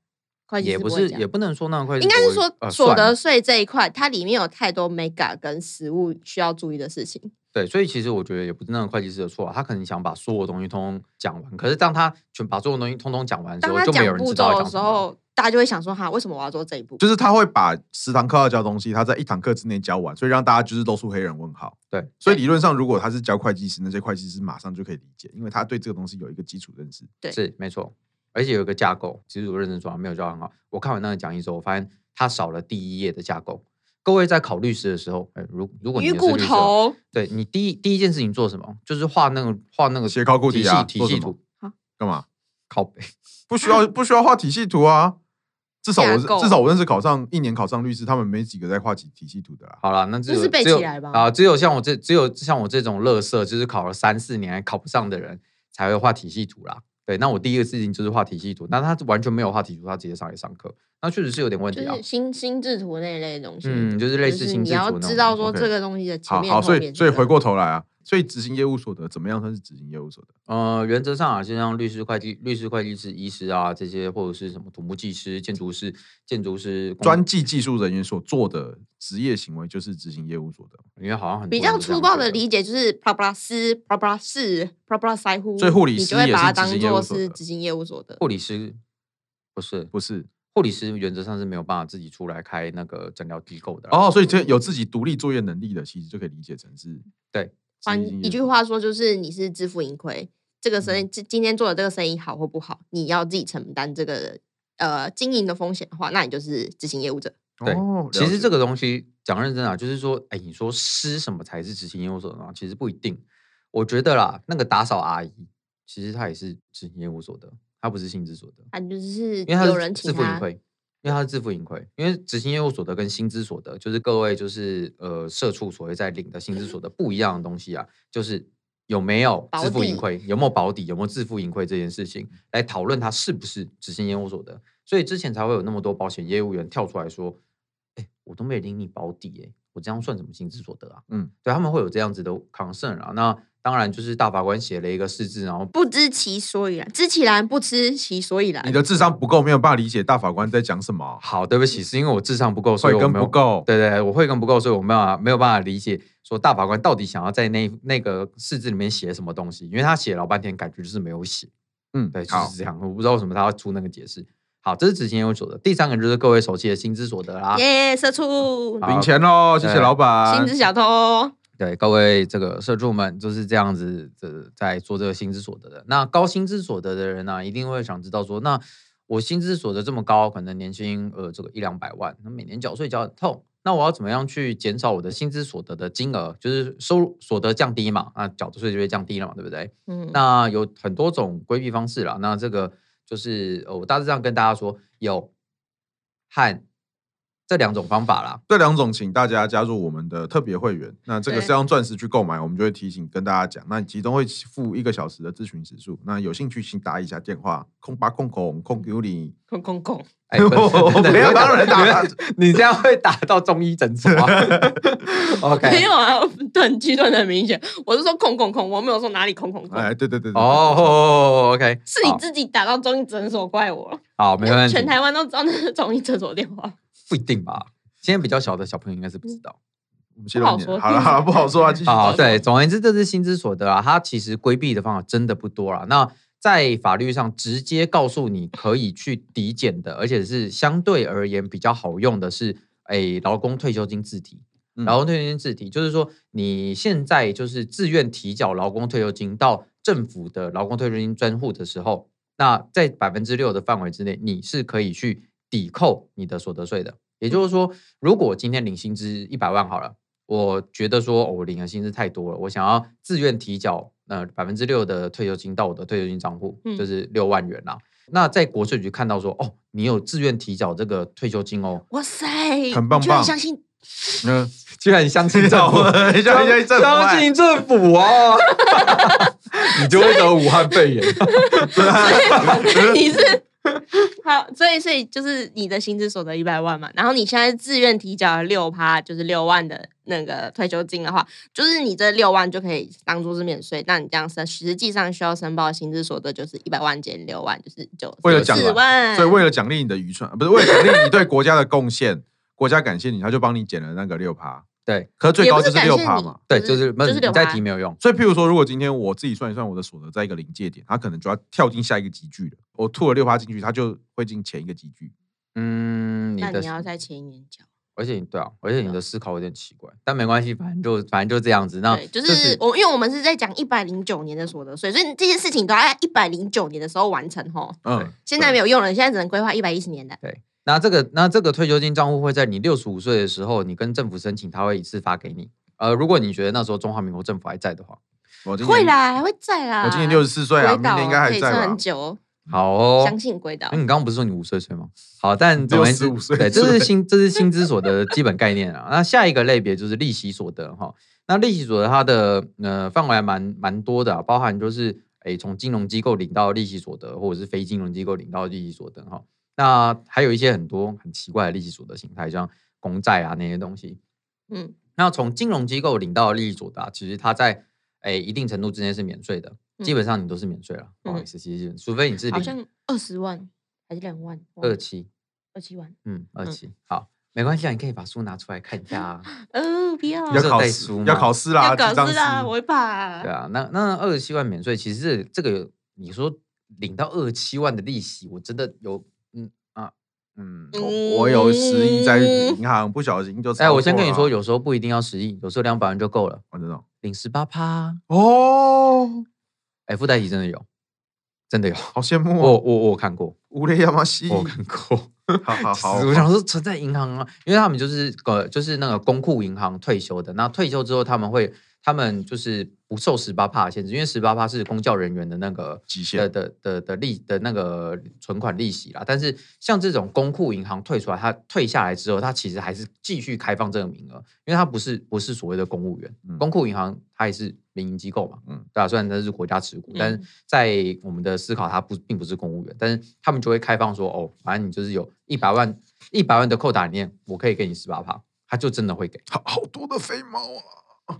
[SPEAKER 3] 会计
[SPEAKER 2] 也
[SPEAKER 3] 师
[SPEAKER 2] 不
[SPEAKER 3] 会
[SPEAKER 2] 是
[SPEAKER 3] 这样
[SPEAKER 2] 也不能说那块，
[SPEAKER 3] 应该是说
[SPEAKER 2] 呃
[SPEAKER 3] 所
[SPEAKER 2] 算
[SPEAKER 3] 得
[SPEAKER 2] 了
[SPEAKER 3] 税这一块，它里面有太多 mega 跟实物需要注意的事情。
[SPEAKER 2] 对，所以其实我觉得也不是那个会计师的错啊，他可能想把所有东西通通讲完，可是当他全把所有东西通通讲完之
[SPEAKER 3] 当
[SPEAKER 2] 后，
[SPEAKER 3] 他
[SPEAKER 2] 就没有人
[SPEAKER 3] 讲步
[SPEAKER 2] 知道
[SPEAKER 3] 骤
[SPEAKER 2] 要
[SPEAKER 3] 的
[SPEAKER 2] 讲
[SPEAKER 3] 时
[SPEAKER 2] 什么了。
[SPEAKER 3] 候，大家就会想说：哈，为什么我要做这一步？
[SPEAKER 1] 就是他会把十堂课要教的东西，他在一堂课之内教完，所以让大家就是都是黑人问号。
[SPEAKER 2] 对，
[SPEAKER 1] 所以理论上，如果他是教会计师，那些会计师马上就可以理解，因为他对这个东西有一个基础认识。
[SPEAKER 3] 对
[SPEAKER 2] 是没错，而且有一个架构，其实我认真说啊没有教得很好。我看完那个讲义之后，我发现它少了第一页的架构。各位在考律师的时候，呃如如果你
[SPEAKER 3] 鱼
[SPEAKER 2] 也是
[SPEAKER 3] 骨
[SPEAKER 2] 律师哦，
[SPEAKER 3] 头，
[SPEAKER 2] 对你第一第一件事情做什么？就是画那个画那个
[SPEAKER 1] 写考古
[SPEAKER 2] 体
[SPEAKER 1] 题
[SPEAKER 2] 系
[SPEAKER 1] 啊
[SPEAKER 2] 体
[SPEAKER 1] 做
[SPEAKER 2] 系
[SPEAKER 1] 什么
[SPEAKER 2] 图，
[SPEAKER 1] 干嘛？
[SPEAKER 2] 靠背。
[SPEAKER 1] 不需要不需要画体系图啊？至少我
[SPEAKER 3] 嗯架构
[SPEAKER 1] 至少我认识考上一年考上律师，他们没几个在画体体系图的啦。
[SPEAKER 2] 好了，那只
[SPEAKER 3] 那
[SPEAKER 2] 有
[SPEAKER 3] 是背
[SPEAKER 2] 只有
[SPEAKER 3] 起来吧
[SPEAKER 2] 啊，只有像我这只有像我这种乐色，就是考了三四年还考不上的人，才会画体系图啦。对，那我第一个事情就是画体系图，那他完全没有画体系图，他直接上来上课，那确实是有点问
[SPEAKER 3] 就
[SPEAKER 2] 题啊
[SPEAKER 3] 是。心心智图那一类的东西。
[SPEAKER 2] 嗯，就是类似
[SPEAKER 3] 就是
[SPEAKER 2] 心
[SPEAKER 3] 你
[SPEAKER 2] 智
[SPEAKER 3] 要
[SPEAKER 2] 图那
[SPEAKER 3] 知
[SPEAKER 2] 种
[SPEAKER 3] 道
[SPEAKER 2] 东西
[SPEAKER 3] 说
[SPEAKER 1] OK
[SPEAKER 3] 这个东西的前
[SPEAKER 1] 好
[SPEAKER 3] 面
[SPEAKER 1] 好，所
[SPEAKER 3] 后
[SPEAKER 1] 以
[SPEAKER 3] 面
[SPEAKER 1] 所以
[SPEAKER 3] 这
[SPEAKER 1] 回
[SPEAKER 3] 个
[SPEAKER 1] 过头来啊，所以执行业务所得怎么样算是执行业务所得？
[SPEAKER 2] 呃，原则上啊，就像律师、会计、律师、会计师、医师啊这些，或者是什么土木技师、建筑师、建筑师
[SPEAKER 3] 嗯
[SPEAKER 2] 工
[SPEAKER 1] 专，技技术人员所做的职业行为就是执行业务所得。
[SPEAKER 2] 因为好像很
[SPEAKER 3] 比
[SPEAKER 2] 多人
[SPEAKER 3] 较
[SPEAKER 2] 都这
[SPEAKER 3] 粗
[SPEAKER 2] 样
[SPEAKER 3] 暴
[SPEAKER 2] 觉
[SPEAKER 3] 的
[SPEAKER 2] 得
[SPEAKER 3] 理解就是啪啪师、啪啪是、啪啪塞呼，
[SPEAKER 1] 所以护理
[SPEAKER 3] 你
[SPEAKER 1] 师
[SPEAKER 3] 就会
[SPEAKER 1] 也
[SPEAKER 3] 把
[SPEAKER 1] 是
[SPEAKER 3] 它
[SPEAKER 1] 执
[SPEAKER 3] 当
[SPEAKER 1] 行业务
[SPEAKER 3] 做
[SPEAKER 1] 所
[SPEAKER 3] 是
[SPEAKER 1] 得
[SPEAKER 3] 执行业务所得。
[SPEAKER 2] 护理师不是
[SPEAKER 1] 不是
[SPEAKER 2] 护理师，原则上是没有办法自己出来开那个诊疗机构的啦
[SPEAKER 1] 哦，所以这有自己独立作业能力的，其实就可以理解成是
[SPEAKER 2] 对
[SPEAKER 3] 换
[SPEAKER 1] 执行业
[SPEAKER 3] 一
[SPEAKER 1] 务嗯
[SPEAKER 3] 句话说，就是你是自负盈亏。这个生意，今今天做的这个生意好或不好，你要自己承担这个呃经营的风险的话，那你就是执行业务者。
[SPEAKER 2] 对
[SPEAKER 1] 哦，
[SPEAKER 2] 其实这
[SPEAKER 1] 个
[SPEAKER 2] 个东西讲认真啊，就是说，哎，你说师什么才是执行业务所得呢？其实不一定。我觉得啦，那个打扫阿姨，其实她也是执行业务所得，她不是薪资所得，
[SPEAKER 3] 他啊就是
[SPEAKER 2] 因为她
[SPEAKER 3] 有人
[SPEAKER 2] 是
[SPEAKER 3] 请
[SPEAKER 2] 自负盈
[SPEAKER 3] 他，
[SPEAKER 2] 亏，因为她是自负盈亏，因为执行业务所得跟薪资所得，就是各位就是呃社畜所谓在领的薪资所得不一样的东西啊，就是。有没有
[SPEAKER 3] 嗯保
[SPEAKER 2] 自负盈
[SPEAKER 3] 底嗯
[SPEAKER 2] 亏？有没有保底？有没有自负盈亏这件事情来讨论它是不是执行业务所得？所以之前才会有那么多保险业务员跳出来说：“哎、我都没领你保底、哎，我这样算什么薪资所得啊？”
[SPEAKER 1] 嗯，
[SPEAKER 2] 对，他们会有这样子的 concern 啊。那当然就是大法官写了一个释字，然后
[SPEAKER 3] 不知其所以然，知其然不知其所以然。
[SPEAKER 1] 你的智商不够，没有办法理解大法官在讲什么，
[SPEAKER 2] 好，对不
[SPEAKER 3] 嗯
[SPEAKER 2] 起，是因为我智商不够，所以
[SPEAKER 1] 慧
[SPEAKER 2] 我
[SPEAKER 1] 根
[SPEAKER 2] 没有
[SPEAKER 1] 不。够。
[SPEAKER 2] 对对，我慧根不够，所以我没有办法没有办法理解说大法官到底想要在那那个释字里面写什么东西，因为他写老半天，感觉就是没有写。
[SPEAKER 1] 嗯，
[SPEAKER 2] 对，就
[SPEAKER 1] 好
[SPEAKER 2] 是，这样。我不知道为什么他要出那个解释。好，这是执行业务所得。第三个就是各位熟悉的薪资所得
[SPEAKER 1] 啊
[SPEAKER 2] 啦。
[SPEAKER 3] 耶，社畜，
[SPEAKER 2] 好
[SPEAKER 1] 领钱喽，谢谢
[SPEAKER 2] 对
[SPEAKER 1] 老
[SPEAKER 3] 薪
[SPEAKER 1] 板
[SPEAKER 3] 资。小偷，
[SPEAKER 2] 对，各位这个社畜们就是这样子的在做这个薪资所得的。那高薪资所得的人呢、一定会想知道说，那我薪资所得这么高，可能年薪呃这个一两百万，那每年缴税缴很痛，那我要怎么样去减少我的薪资所得的金额？就是收入所得降低嘛，那缴的税就会降低了嘛，对不对？
[SPEAKER 3] 嗯，
[SPEAKER 2] 那有很多种规避方式啦。那这个就是呃，我大致上跟大家说，有和这两种方法啦。
[SPEAKER 1] 这两种，请大家加入我们的特别会员。那这个
[SPEAKER 3] 对
[SPEAKER 1] 是要用钻石去购买，我们就会提醒跟大家讲。那你其中会付一个小时的咨询时数。那有兴趣请打一下电话，空八空空空九零。
[SPEAKER 3] 空空空，
[SPEAKER 2] 哎，不
[SPEAKER 1] 我不要当人打
[SPEAKER 2] 你们 你这样会打到中医诊所啊。
[SPEAKER 3] 没
[SPEAKER 2] OK，
[SPEAKER 3] 有啊，断句断的很明显。我是说空空空，我没有说哪里空空空，
[SPEAKER 1] 哎，对对对，对
[SPEAKER 2] 哦，OK，
[SPEAKER 3] 是你
[SPEAKER 2] 好
[SPEAKER 3] 自己打到中医诊所怪
[SPEAKER 1] 哦
[SPEAKER 3] 我，
[SPEAKER 2] 好，没问题
[SPEAKER 3] 全，台湾都知道那是中医诊所电话。
[SPEAKER 2] 不一定吧？现在比较小的小朋友应该是不知道。
[SPEAKER 1] 我们先留
[SPEAKER 3] 不好
[SPEAKER 1] 念
[SPEAKER 3] 说
[SPEAKER 1] 好了好了，不好 说啊，继
[SPEAKER 3] 嗯
[SPEAKER 1] 续
[SPEAKER 2] 啊，
[SPEAKER 1] 继续
[SPEAKER 2] 对，总而言之，这是薪资所得啊，它其实规避的方法真的不多啦。那在法律上直接告诉你可以去抵减的，而且是相对而言比较好用的是，诶，劳工退休金自提。
[SPEAKER 1] 嗯
[SPEAKER 2] 劳工退休金自提就是说，你现在就是自愿提缴劳工退休金到政府的劳工退休金专户的时候，那在百分之六的范围之内，你是可以去抵扣你的所得税的。也就是说，如果今天领薪资一百万好了，我觉得说、哦我领的薪资太多了，我想要自愿提缴呃百分之六的退休金到我的退休金账户，
[SPEAKER 3] 嗯
[SPEAKER 2] 就是六万元啦。那在国税局看到说，哦，你有自愿提缴这个退休金哦，
[SPEAKER 3] 哇塞，
[SPEAKER 1] 很棒
[SPEAKER 3] 居然
[SPEAKER 1] 棒
[SPEAKER 3] 相信
[SPEAKER 1] 嗯，
[SPEAKER 2] 居然相信 政府，
[SPEAKER 1] 相信政府哎
[SPEAKER 2] 相信政府
[SPEAKER 3] 啊
[SPEAKER 2] 哦，
[SPEAKER 1] 啊呃
[SPEAKER 2] 你就会得武汉肺炎。
[SPEAKER 3] 你是好，所以所以就是你的薪资所得一百万嘛，然后你现在自愿提缴六趴，就是六万的那个退休金的话，就是你这六万就可以当做是免税。那你这样申，实际上需要申报薪资所得就是一百万减六万，就是九
[SPEAKER 1] 为了奖
[SPEAKER 3] 四万。
[SPEAKER 1] 所以为了奖励你的愚蠢，呃不是为了奖励你对国家的贡献，国家感谢你，他就帮你减了那个六趴。
[SPEAKER 2] 对
[SPEAKER 1] 可是最
[SPEAKER 3] 也
[SPEAKER 1] 高
[SPEAKER 3] 不
[SPEAKER 1] 就是是
[SPEAKER 3] 感
[SPEAKER 1] 六
[SPEAKER 3] 谢
[SPEAKER 1] 趴
[SPEAKER 3] 你
[SPEAKER 1] 嘛。
[SPEAKER 2] 对，就是
[SPEAKER 3] 嗯就是啊
[SPEAKER 2] 你
[SPEAKER 3] 六
[SPEAKER 2] 再
[SPEAKER 3] 趴
[SPEAKER 2] 提没有用。
[SPEAKER 1] 所以，譬如说，如果今天我自己算一算，我的所得在一个临界点，它可能就要跳进下一个集聚了。我吐了六趴进去，它就会进前一个集聚。
[SPEAKER 2] 嗯，你
[SPEAKER 3] 那
[SPEAKER 2] 的
[SPEAKER 3] 你要在前一年缴。
[SPEAKER 2] 而且你对啊，而且你
[SPEAKER 3] 对
[SPEAKER 2] 的思考有点奇怪，但没关系，反正就反正就这样子。那
[SPEAKER 3] 嗯对，就
[SPEAKER 2] 这
[SPEAKER 3] 是我，因为我们是在讲一百零九年的所得税，所以这件事情都要在一百零九年的时候完成吼。
[SPEAKER 2] 对
[SPEAKER 1] 嗯，
[SPEAKER 3] 现在没有用了，现在只能规划一百一十年的。
[SPEAKER 2] 对，那这个那这个退休金账户会在你六十五岁的时候，你跟政府申请，他会一次发给你。呃，如果你觉得那时候中华民国政府还在的话，
[SPEAKER 1] 我今年
[SPEAKER 3] 会，啦，还会在啦。
[SPEAKER 1] 我今年六十四岁啊，
[SPEAKER 3] 鬼
[SPEAKER 1] 明
[SPEAKER 3] 岛
[SPEAKER 1] 年应该
[SPEAKER 3] 可
[SPEAKER 1] 还
[SPEAKER 3] 以
[SPEAKER 1] 在
[SPEAKER 3] 撑
[SPEAKER 1] 吧嗯
[SPEAKER 3] 很？久哦，
[SPEAKER 2] 好哦。
[SPEAKER 3] 相信鬼岛
[SPEAKER 2] 那。你刚刚不是说你五岁岁吗？好，但总而言之
[SPEAKER 1] 65岁
[SPEAKER 2] 对，这
[SPEAKER 1] 岁
[SPEAKER 2] 是薪这是薪资所得的基本概念啊。那下一个类别就是利息所得哈。那利息所得它的呃范围还蛮蛮多的啊、包含就是诶从金融机构领到的利息所得，或者是非金融机构领到的利息所得哈。那还有一些很多很奇怪的利息所得形态，像公债啊那些东西。
[SPEAKER 3] 嗯
[SPEAKER 2] 那从金融机构领到的利息所得、啊，其实它在诶一定程度之内是免税的，基本上你都是免税了。不好意思，其实除非你是
[SPEAKER 3] 嗯好
[SPEAKER 2] 领
[SPEAKER 3] 像二十万还是两万？忘
[SPEAKER 2] 二
[SPEAKER 3] 了
[SPEAKER 2] 期。
[SPEAKER 3] 二七万？
[SPEAKER 2] 嗯，二
[SPEAKER 3] 嗯
[SPEAKER 2] 期、好，没关系啊，你可以把书拿出来看一下啊。
[SPEAKER 3] 哦，不要，
[SPEAKER 1] 要
[SPEAKER 2] 这
[SPEAKER 1] 考
[SPEAKER 2] 带
[SPEAKER 1] 试
[SPEAKER 2] 书，嘛
[SPEAKER 1] 要考试啦，智
[SPEAKER 3] 要搞
[SPEAKER 1] 障
[SPEAKER 3] 事
[SPEAKER 1] 师
[SPEAKER 3] 啦，我会怕
[SPEAKER 2] 对。啊，那那二十七万免税，其实这这个你说领到二十七万的利息，我真的有嗯啊嗯。
[SPEAKER 1] 我我有十亿在
[SPEAKER 3] 嗯
[SPEAKER 1] 银行，不小心就
[SPEAKER 2] 哎、我先跟你说，
[SPEAKER 1] 有
[SPEAKER 2] 有时候不一定要十亿，有时候两百万就够了，
[SPEAKER 1] 这种
[SPEAKER 2] 领十八趴。
[SPEAKER 1] 哦，
[SPEAKER 2] 哎、附带息真的有，真的有，
[SPEAKER 1] 好羡慕
[SPEAKER 2] 我
[SPEAKER 1] 哦，
[SPEAKER 2] 我我看过，
[SPEAKER 1] 乌雷亚马西，
[SPEAKER 2] 我看过。
[SPEAKER 1] 好好好，
[SPEAKER 2] 我想说存在银行啊，因为他们就是呃，就是那个公库银行退休的，那退休之后他们会，他们就是不受十八帕限制，因为十八帕是公教人员的那个
[SPEAKER 1] 极
[SPEAKER 2] 的
[SPEAKER 1] 限
[SPEAKER 2] 的的的利的那个存款利息啦。但是像这种公库银行退出来，它退下来之后，它其实还是继续开放这个名额，因为它不是不是所谓的公务员，
[SPEAKER 1] 嗯
[SPEAKER 2] 公库银行它也是民营机构嘛，
[SPEAKER 1] 嗯
[SPEAKER 2] 嗯，对啊，虽然它是国家持股，但是
[SPEAKER 3] 嗯
[SPEAKER 2] 在我们的思考，它不并不是公务员，但是他们就会开放说，哦，反正你就是有一百万一百万的扣打里面，我可以给你十八趴，他就真的会给。
[SPEAKER 1] 好好多的飞毛啊。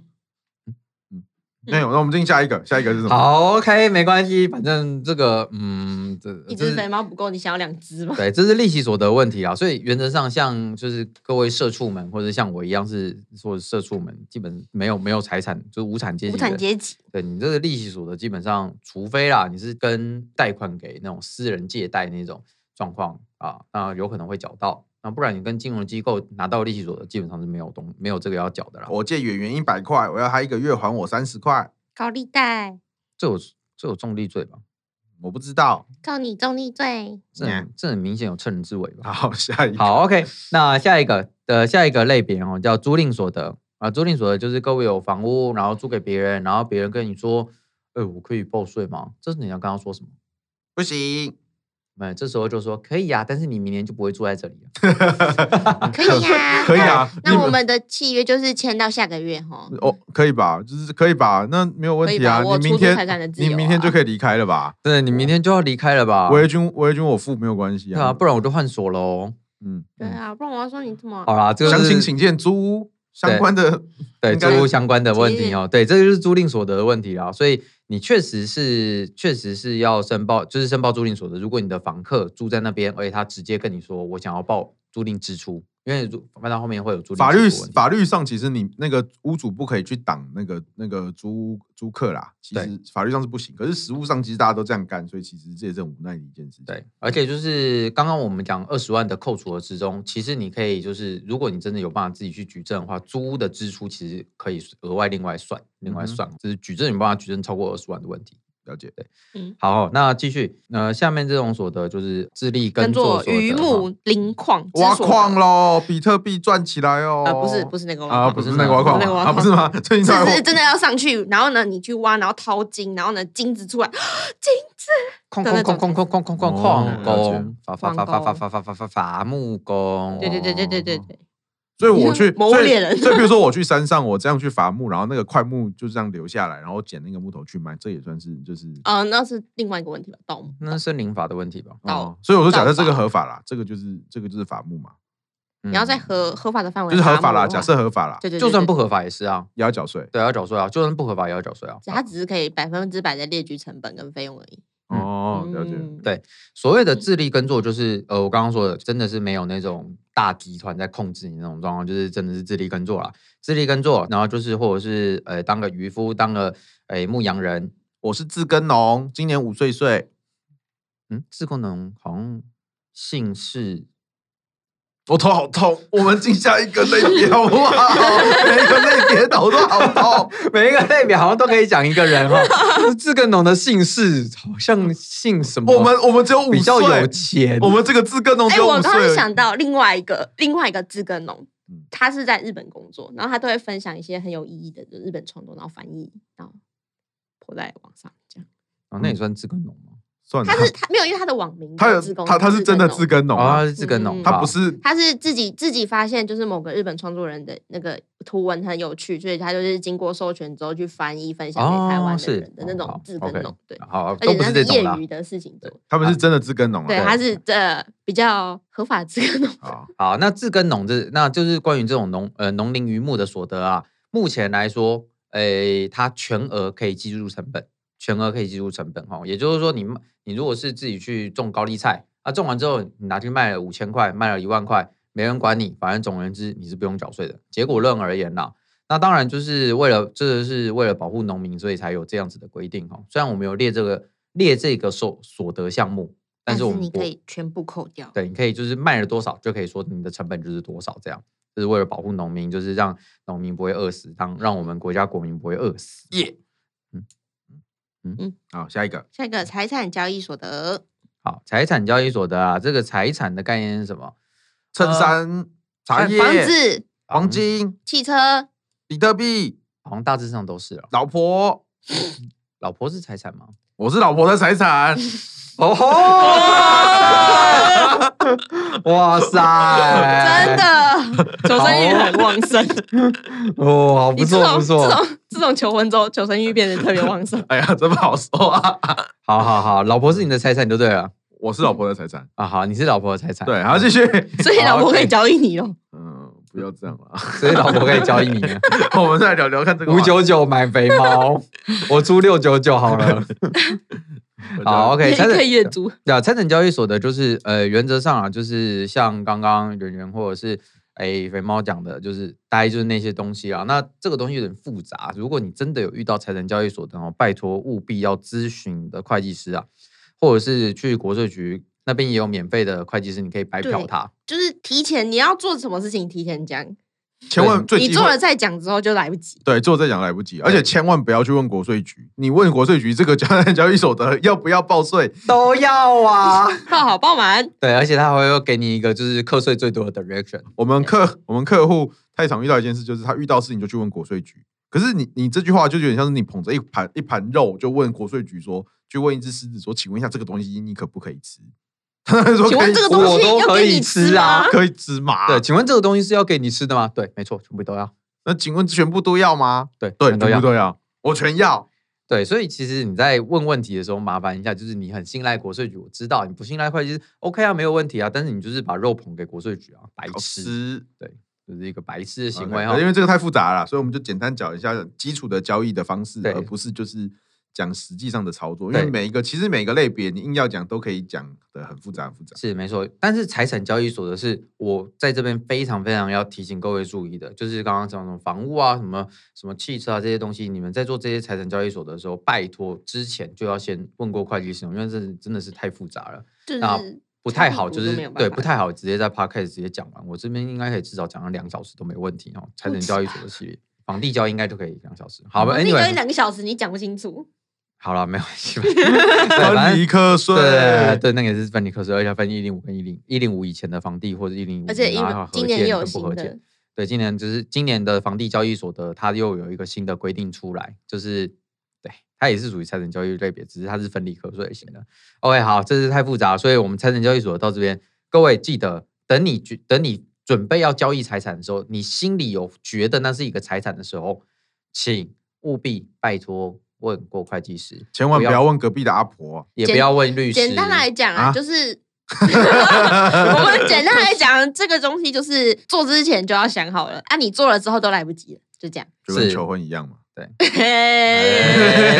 [SPEAKER 2] 嗯
[SPEAKER 1] 嗯，没有，那我们进行下一个，下一个是什么？
[SPEAKER 2] 好，OK，没关系，反正这个，嗯，这
[SPEAKER 3] 一
[SPEAKER 2] 这
[SPEAKER 3] 只
[SPEAKER 2] 是
[SPEAKER 3] 肥猫不够，你想要两只吗？
[SPEAKER 2] 对，这是利息所得问题啊。所以原则上，像就是各位社畜们，或者像我一样是说社畜们，基本没有没有财产，就是无产阶级
[SPEAKER 3] 无
[SPEAKER 2] 的。
[SPEAKER 3] 产阶级，
[SPEAKER 2] 对你这个利息所得，基本上除非啦，你是跟贷款给那种私人借贷那种状况啊，那有可能会缴到。那不然你跟金融机构拿到利息所得，基本上是没有东没有这个要缴的啦。
[SPEAKER 1] 我借演员一百块，我要他一个月还我三十块，
[SPEAKER 3] 高利贷，
[SPEAKER 2] 这有这有重利罪吧？
[SPEAKER 1] 我不知道。
[SPEAKER 3] 告你重利罪。
[SPEAKER 2] 这很这很明显有趁人之危吧？
[SPEAKER 1] 好，下一个，
[SPEAKER 2] 好，OK，那下一个的下一个类别哦，叫租赁所得啊。租赁所得就是各位有房屋，然后租给别人，然后别人跟你说，哎、我可以报税吗？这是你要跟他说什么？
[SPEAKER 1] 不行，
[SPEAKER 2] 没，这时候就说可以啊，但是你明年就不会住在这里啊了。
[SPEAKER 3] 可以呀，
[SPEAKER 1] 啊 可以啊
[SPEAKER 3] 那
[SPEAKER 1] 你
[SPEAKER 3] 那
[SPEAKER 1] 们
[SPEAKER 3] 我们的契约就是签到下个月哈。
[SPEAKER 1] 哦，可以吧？就是可以吧？那没有问题啊。
[SPEAKER 3] 可以吧我
[SPEAKER 1] 你明
[SPEAKER 3] 出租
[SPEAKER 1] 天
[SPEAKER 3] 财产的，自由啊
[SPEAKER 1] 你明天就可以离开了吧？
[SPEAKER 2] 对，你明天就要离开了吧？
[SPEAKER 1] 违约金，违约金我付没有关系
[SPEAKER 2] 对啊，
[SPEAKER 1] 啊。
[SPEAKER 2] 不然我就换锁喽。
[SPEAKER 1] 嗯，
[SPEAKER 3] 对啊，不然我要说你怎么
[SPEAKER 2] 好啦，这个
[SPEAKER 1] 详
[SPEAKER 2] 是
[SPEAKER 1] 情请见租屋相关的。
[SPEAKER 2] 对
[SPEAKER 1] 应
[SPEAKER 2] 租
[SPEAKER 1] 该
[SPEAKER 2] 屋相关的问
[SPEAKER 3] 其
[SPEAKER 2] 题
[SPEAKER 3] 实
[SPEAKER 2] 哦，对，这就是租赁所得的问题啦。所以你确实是确实是要申报，就是申报租赁所得。如果你的房客住在那边，而且他直接跟你说我想要报租赁支出，因为如搬到后面会有租赁
[SPEAKER 1] 法律
[SPEAKER 2] 支出的问题
[SPEAKER 1] 法律上，其实你那个屋主不可以去挡那个那个租租客啦，其实法律上是不行。可是实务上，其实大家都这样干，所以其实这也是很无奈的一件事情。
[SPEAKER 2] 对，而且就是刚刚我们讲二十万的扣除额之中，其实你可以就是，如果你真的有办法自己去举证的话，租屋的支出其实可以额外另外算，另外
[SPEAKER 1] 嗯哼
[SPEAKER 2] 算，就是举证有办法举证超过二十万的问题。
[SPEAKER 1] 了解。
[SPEAKER 2] 好，那继续，呃，下面这种所得就是智力耕
[SPEAKER 3] 跟
[SPEAKER 2] 作
[SPEAKER 3] 做
[SPEAKER 2] 所得
[SPEAKER 3] 鱼
[SPEAKER 2] 哈
[SPEAKER 3] 目林矿之
[SPEAKER 1] 挖
[SPEAKER 3] 所
[SPEAKER 1] 矿
[SPEAKER 3] 得
[SPEAKER 1] 喽，比特币赚起来哦！
[SPEAKER 3] 啊，不是不是那个
[SPEAKER 1] 啊，
[SPEAKER 3] 挖
[SPEAKER 1] 不
[SPEAKER 3] 矿，
[SPEAKER 1] 是那个挖矿
[SPEAKER 3] 不是那个挖
[SPEAKER 1] 吗
[SPEAKER 3] 矿
[SPEAKER 1] 啊，不是吗？ 最近在挖
[SPEAKER 3] 是是真的要上去，然后呢，你去挖，然后掏金，然后呢，金子出来，金子
[SPEAKER 2] 空
[SPEAKER 3] 的
[SPEAKER 2] 空
[SPEAKER 3] 那
[SPEAKER 2] 空空
[SPEAKER 3] 种
[SPEAKER 2] 空空空空
[SPEAKER 1] 哦
[SPEAKER 2] 矿
[SPEAKER 1] 了解
[SPEAKER 2] 工，伐伐伐伐伐伐伐伐伐伐伐木工，哦
[SPEAKER 3] 对对对对对对对，
[SPEAKER 1] 所以我去
[SPEAKER 3] 谋
[SPEAKER 1] 所以
[SPEAKER 3] 猎人
[SPEAKER 1] 所以比如说我去山 上，我这样去伐木，然后那个块木就这样留下来，然后捡那个木头去卖，这也算是就是
[SPEAKER 3] 啊，那是另外一个问题吧，盗墓。
[SPEAKER 2] 那是森林法的问题吧？
[SPEAKER 3] 盗
[SPEAKER 1] 哦，所以我说假设
[SPEAKER 3] 盗伐
[SPEAKER 1] 这个合法啦，这个就是这个就是伐木嘛，
[SPEAKER 2] 你嗯
[SPEAKER 3] 你要在合合法的范围，
[SPEAKER 1] 就是合法啦，假设，合法啦，
[SPEAKER 3] 对对，对
[SPEAKER 2] 就算不，
[SPEAKER 3] 对
[SPEAKER 2] 合法也是啊，
[SPEAKER 1] 也要缴税
[SPEAKER 2] 对，要缴税啊，就算不合法也要缴税啊。
[SPEAKER 3] 对它只是可以百分之百的列举成本跟费用而已。
[SPEAKER 2] 嗯
[SPEAKER 1] 哦，了解，
[SPEAKER 3] 嗯
[SPEAKER 2] 对所谓的智力耕作，就是呃，我刚刚说的，真的是没有那种大集团在控制你那种状况，就是真的是自力耕作啦，自力耕作，然后就是或者是呃，当个渔夫，当个呃牧羊人，
[SPEAKER 1] 我是自耕农，今年五岁岁，
[SPEAKER 2] 嗯，自耕农好像姓氏
[SPEAKER 1] 我头好痛，我们进下一个类别好不好？
[SPEAKER 2] 哦
[SPEAKER 1] 每一个类 别头都好痛。
[SPEAKER 2] 每一个类别好像都可以讲一个人哈、哦，自耕农的姓氏好像姓什么，
[SPEAKER 1] 我们我们只有五
[SPEAKER 2] 比较有
[SPEAKER 1] 岁，
[SPEAKER 2] 钱，
[SPEAKER 1] 我们这个自耕
[SPEAKER 2] 哦
[SPEAKER 1] 农只
[SPEAKER 3] 哎，
[SPEAKER 1] 有
[SPEAKER 3] 我
[SPEAKER 1] 五
[SPEAKER 3] 刚刚
[SPEAKER 1] 岁。
[SPEAKER 3] 想到另外一个另外一个自耕农
[SPEAKER 1] 嗯，
[SPEAKER 3] 他是在日本工作，然后他都会分享一些很有意义的就是日本创作，然后翻译然后泼在网上这样。
[SPEAKER 2] 哦、那也算自耕农吗？
[SPEAKER 1] 算了
[SPEAKER 3] 他，是他没有，因为他的网名
[SPEAKER 1] 他
[SPEAKER 3] 叫
[SPEAKER 1] 有
[SPEAKER 3] 自耕
[SPEAKER 1] 他他是真的自
[SPEAKER 3] 耕
[SPEAKER 1] 耕
[SPEAKER 3] 农，
[SPEAKER 1] 农
[SPEAKER 2] 哦，他
[SPEAKER 1] 啊，
[SPEAKER 2] 是自耕农，
[SPEAKER 3] 嗯
[SPEAKER 1] 他不是
[SPEAKER 3] 他是自己自己发现，就是某个日本创作人的那个图文很有趣，所以他就是经过授权之后去翻译分享给台
[SPEAKER 2] 哦
[SPEAKER 3] 湾的
[SPEAKER 2] 是
[SPEAKER 3] 人的那
[SPEAKER 2] 哦
[SPEAKER 3] 种
[SPEAKER 2] 好
[SPEAKER 3] 自耕
[SPEAKER 2] OK
[SPEAKER 3] 农，对，
[SPEAKER 2] 好，
[SPEAKER 3] 而
[SPEAKER 2] 都
[SPEAKER 3] 且
[SPEAKER 2] 不
[SPEAKER 3] 那
[SPEAKER 2] 是这种啦嗯
[SPEAKER 3] 业余。的事情做，
[SPEAKER 1] 他们是真的自耕农啊。
[SPEAKER 3] 对，他是这比较合法自耕农，
[SPEAKER 1] 啊，
[SPEAKER 2] 好，那自耕农这那就是关于这种农呃农林渔牧的所得啊，目前来说，诶、它全额可以计入成本，全额可以计入成本哈。也就是说你，你如果是自己去种高丽菜，啊，种完之后你拿去卖了五千块，卖了一万块，没人管你，反正总而言之你是不用缴税的。结果论而言啦、那当然就是为了这是为了保护农民，所以才有这样子的规定哈。虽然我们有列这个列这个所所得项目，但是我们
[SPEAKER 3] 你
[SPEAKER 2] 国
[SPEAKER 3] 可以全部扣掉。
[SPEAKER 2] 对，你可以就是卖了多少就可以说你的成本就是多少，这样就是为了保护农民，就是让农民不会饿死，让让我们国家国民不会饿死。耶，
[SPEAKER 1] 嗯
[SPEAKER 3] 嗯
[SPEAKER 2] 呃
[SPEAKER 1] 好，下一个
[SPEAKER 3] 下一个财产交易所得，
[SPEAKER 2] 好，财产交易所得啊，这个财产的概念是什么？
[SPEAKER 1] 衬衫、茶叶、
[SPEAKER 3] 房子、
[SPEAKER 1] 黄
[SPEAKER 2] 嗯
[SPEAKER 1] 金、
[SPEAKER 3] 汽车，
[SPEAKER 1] 比特币、
[SPEAKER 2] 好像大致上都是了。
[SPEAKER 1] 老婆，
[SPEAKER 2] 老婆是财产吗？
[SPEAKER 1] 我是老婆的财 产。。
[SPEAKER 2] 哦吼！哇塞，
[SPEAKER 3] 真的 求生欲很旺盛。
[SPEAKER 2] 哦，好不
[SPEAKER 3] 你这
[SPEAKER 2] 错
[SPEAKER 3] 种
[SPEAKER 2] 不错
[SPEAKER 3] 这，种这种求婚之后，求生欲变得特别旺盛
[SPEAKER 1] 哎呀，真不好说啊。
[SPEAKER 2] 好好好，老婆是你的财产就对了
[SPEAKER 1] 我是老婆的财产，
[SPEAKER 2] 啊。好，你是老婆的财产，
[SPEAKER 1] 对，好，继续。
[SPEAKER 3] 所以老婆可以
[SPEAKER 2] OK
[SPEAKER 3] 交易你哦，
[SPEAKER 1] 嗯，不要这样了。
[SPEAKER 2] 所以老婆可以交易你 了。
[SPEAKER 1] 我们再来聊聊看这
[SPEAKER 3] 啊
[SPEAKER 1] 个
[SPEAKER 2] 五
[SPEAKER 1] 话题
[SPEAKER 2] 九九买肥猫，我出六九九好了。好
[SPEAKER 3] 也
[SPEAKER 2] ，OK，财
[SPEAKER 3] 可
[SPEAKER 2] 产
[SPEAKER 3] 以月租。
[SPEAKER 2] 对啊，财产交易所得就是呃，原则上啊，就是像刚刚圆圆或者是哎肥猫讲的，就是大概就是那些东西啊。那这个东西有点复杂，如果你真的有遇到财产交易所得哦，拜托务必要咨询你的会计师啊，或者是去国税局那边也有免费的会计师，你可以白嫖
[SPEAKER 3] 对
[SPEAKER 2] 他。
[SPEAKER 3] 就是提前你要做什么事情，提前讲，
[SPEAKER 1] 千万最
[SPEAKER 3] 你
[SPEAKER 1] 忌
[SPEAKER 3] 做
[SPEAKER 1] 讳
[SPEAKER 3] 了再讲之后就来不及。
[SPEAKER 1] 对，做这讲来不及，而且千万不要去问国税局。你问国税局这个家产交易所得要不要报税？
[SPEAKER 2] 都要啊，
[SPEAKER 3] 报好报满，
[SPEAKER 2] 对，而且他还会给你一个就是课税最多的 direction，
[SPEAKER 1] 我们客我们客户太常遇到一件事，就是他遇到事情就去问国税局。可是你你这句话就有点像是你捧着一盘一盘肉就问国税局说，去问一只狮子说，请问一下这个东西你可不可以吃？ 他说
[SPEAKER 3] 请
[SPEAKER 1] 可
[SPEAKER 3] 问
[SPEAKER 1] 以
[SPEAKER 3] 这个
[SPEAKER 1] 吃
[SPEAKER 3] 东
[SPEAKER 2] 我
[SPEAKER 3] 西
[SPEAKER 2] 都
[SPEAKER 3] 要
[SPEAKER 2] 可
[SPEAKER 3] 给
[SPEAKER 2] 以
[SPEAKER 3] 你
[SPEAKER 2] 吃
[SPEAKER 3] 吃
[SPEAKER 2] 啊
[SPEAKER 3] 吗？
[SPEAKER 1] 可以吃吗？
[SPEAKER 2] 对，请问这个东西是要给你吃的吗？对，没错，全部都要。
[SPEAKER 1] 那请问全部都要吗？
[SPEAKER 2] 对，
[SPEAKER 1] 对，全
[SPEAKER 2] 全都
[SPEAKER 1] 部
[SPEAKER 2] 要。
[SPEAKER 1] 都要，我全要。
[SPEAKER 2] 对，所以其实你在问问题的时候，麻烦一下，就是你很信赖国税局，我知道你不信赖会计师，OK 啊，没有问题啊，但是你就是把肉捧给国税局啊，白
[SPEAKER 1] 好
[SPEAKER 2] 痴，
[SPEAKER 1] 吃
[SPEAKER 2] 就是一个白痴的行
[SPEAKER 1] OK，
[SPEAKER 2] 为
[SPEAKER 1] 可
[SPEAKER 2] 哈
[SPEAKER 1] 是。因为这个太复杂了，所以我们就简单讲一下基础的交易的方式
[SPEAKER 2] 对，
[SPEAKER 1] 而不是就是讲实际上的操作。因
[SPEAKER 2] 对
[SPEAKER 1] 为每一个其实每个类别，你硬要讲都可以讲的很复杂很复杂。
[SPEAKER 2] 是没错，但是财产交易所的是我在这边非常非常要提醒各位注意的，就是刚刚讲的房屋啊、什么什么汽车啊这些东西，你们在做这些财产交易所的时候，拜托之前就要先问过会计师，因为这真的是太复杂了。
[SPEAKER 3] 就
[SPEAKER 2] 那
[SPEAKER 3] 是
[SPEAKER 2] 啊不太好，
[SPEAKER 3] 差
[SPEAKER 2] 就
[SPEAKER 3] 不多
[SPEAKER 2] 是
[SPEAKER 3] 没有办
[SPEAKER 2] 对
[SPEAKER 3] 法
[SPEAKER 2] 不太好，直接在 podcast 直接讲完。我这边应该可以至少讲了两小时都没问题哦。财
[SPEAKER 3] 不
[SPEAKER 2] 产
[SPEAKER 3] 止
[SPEAKER 2] 交易所的系列，房地交易应该就可以两小时。好吧
[SPEAKER 3] 我自己交易
[SPEAKER 2] ，anyway，
[SPEAKER 3] 两个小时，你讲不清楚。
[SPEAKER 2] 好了，没关系 吧。对反
[SPEAKER 1] 分
[SPEAKER 2] 正
[SPEAKER 1] 离课税，
[SPEAKER 2] 对对，那个也是分离课税，而且分一零五跟一零一零五以前的房地或者一零五，
[SPEAKER 3] 而且因
[SPEAKER 2] 然
[SPEAKER 3] 为
[SPEAKER 2] 后还合
[SPEAKER 3] 今年也
[SPEAKER 2] 建
[SPEAKER 3] 有
[SPEAKER 2] 跟不
[SPEAKER 3] 新
[SPEAKER 2] 合建
[SPEAKER 3] 的，
[SPEAKER 2] 对，今年就是今年的房地交易所得，它又有一个新的规定出来，就是对它也是属于财产交易类别，只是它是分离课税型的。OK，好，这是太复杂了，所以我们财产交易所得到这边，各位记得等你决等你。准备要交易财产的时候，你心里有觉得那是一个财产的时候，请务必拜托问过会计师，
[SPEAKER 1] 千万不
[SPEAKER 2] 不要
[SPEAKER 1] 要问隔壁的阿婆。
[SPEAKER 2] 也
[SPEAKER 3] 简
[SPEAKER 2] 不要问律师。
[SPEAKER 3] 简单来讲啊，
[SPEAKER 1] 啊
[SPEAKER 3] 就是。我们简单来讲，这个东西就是做之前就要想好了啊，你做了之后都来不及了，就这样。
[SPEAKER 1] 就跟
[SPEAKER 2] 是
[SPEAKER 1] 求婚一样嘛。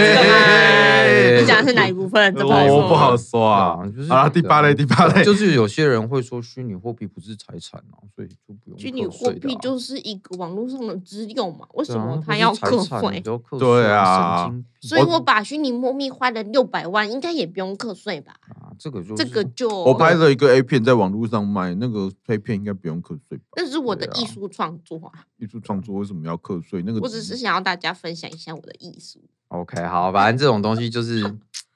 [SPEAKER 3] 嘿你讲的是哪一部分？这不好
[SPEAKER 2] 我
[SPEAKER 3] 说
[SPEAKER 2] 不好
[SPEAKER 1] 说
[SPEAKER 2] 啊就是
[SPEAKER 1] 好了，第八类，第八类，
[SPEAKER 2] 就是有些人会说虚拟货币不是财产啊，所以就不用
[SPEAKER 3] 虚拟
[SPEAKER 2] 课
[SPEAKER 3] 货
[SPEAKER 2] 税的
[SPEAKER 3] 币
[SPEAKER 2] 啊
[SPEAKER 3] 就是一个网络上的资用嘛，为
[SPEAKER 2] 对
[SPEAKER 3] 什
[SPEAKER 2] 啊
[SPEAKER 3] 么
[SPEAKER 2] 那不
[SPEAKER 3] 它
[SPEAKER 2] 是
[SPEAKER 3] 要
[SPEAKER 2] 财
[SPEAKER 3] 课
[SPEAKER 2] 产你
[SPEAKER 3] 税
[SPEAKER 2] 就？要课
[SPEAKER 1] 对
[SPEAKER 2] 税
[SPEAKER 1] 啊
[SPEAKER 2] 神经病
[SPEAKER 3] 所以我把虚拟货币花了六百万，应该也不用课税吧？
[SPEAKER 2] 啊这个就
[SPEAKER 3] 这
[SPEAKER 2] 是
[SPEAKER 3] 个就
[SPEAKER 1] 我拍了一个 A 片在网络上卖，那个 A 片应该不用课税吧？
[SPEAKER 3] 那是我的
[SPEAKER 2] 对啊
[SPEAKER 3] 艺术创作啊，
[SPEAKER 1] 艺术创作为什么要课税？那个
[SPEAKER 3] 我只是想要大家分享一下我的艺术。
[SPEAKER 2] OK 好，反正这种东西就是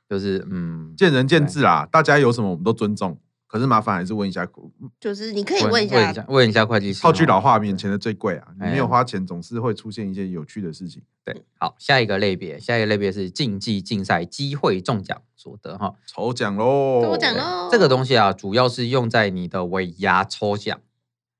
[SPEAKER 2] 就是嗯，
[SPEAKER 1] 见仁见智啦，大家有什么我们都尊重。可是麻烦还是问一下，
[SPEAKER 3] 就是你可以问一下，
[SPEAKER 2] 问一下会计师哦。
[SPEAKER 1] 套句老话，面前的最贵啊！你
[SPEAKER 2] 哎呀
[SPEAKER 1] 没有花钱，总是会出现一些有趣的事情。
[SPEAKER 2] 对，好，下一个类别，下一个类别是竞技竞赛机会中奖所得哈。
[SPEAKER 1] 抽奖喽！
[SPEAKER 3] 抽奖
[SPEAKER 2] 对
[SPEAKER 3] 哦
[SPEAKER 2] 这个东西啊，主要是用在你的尾牙抽奖。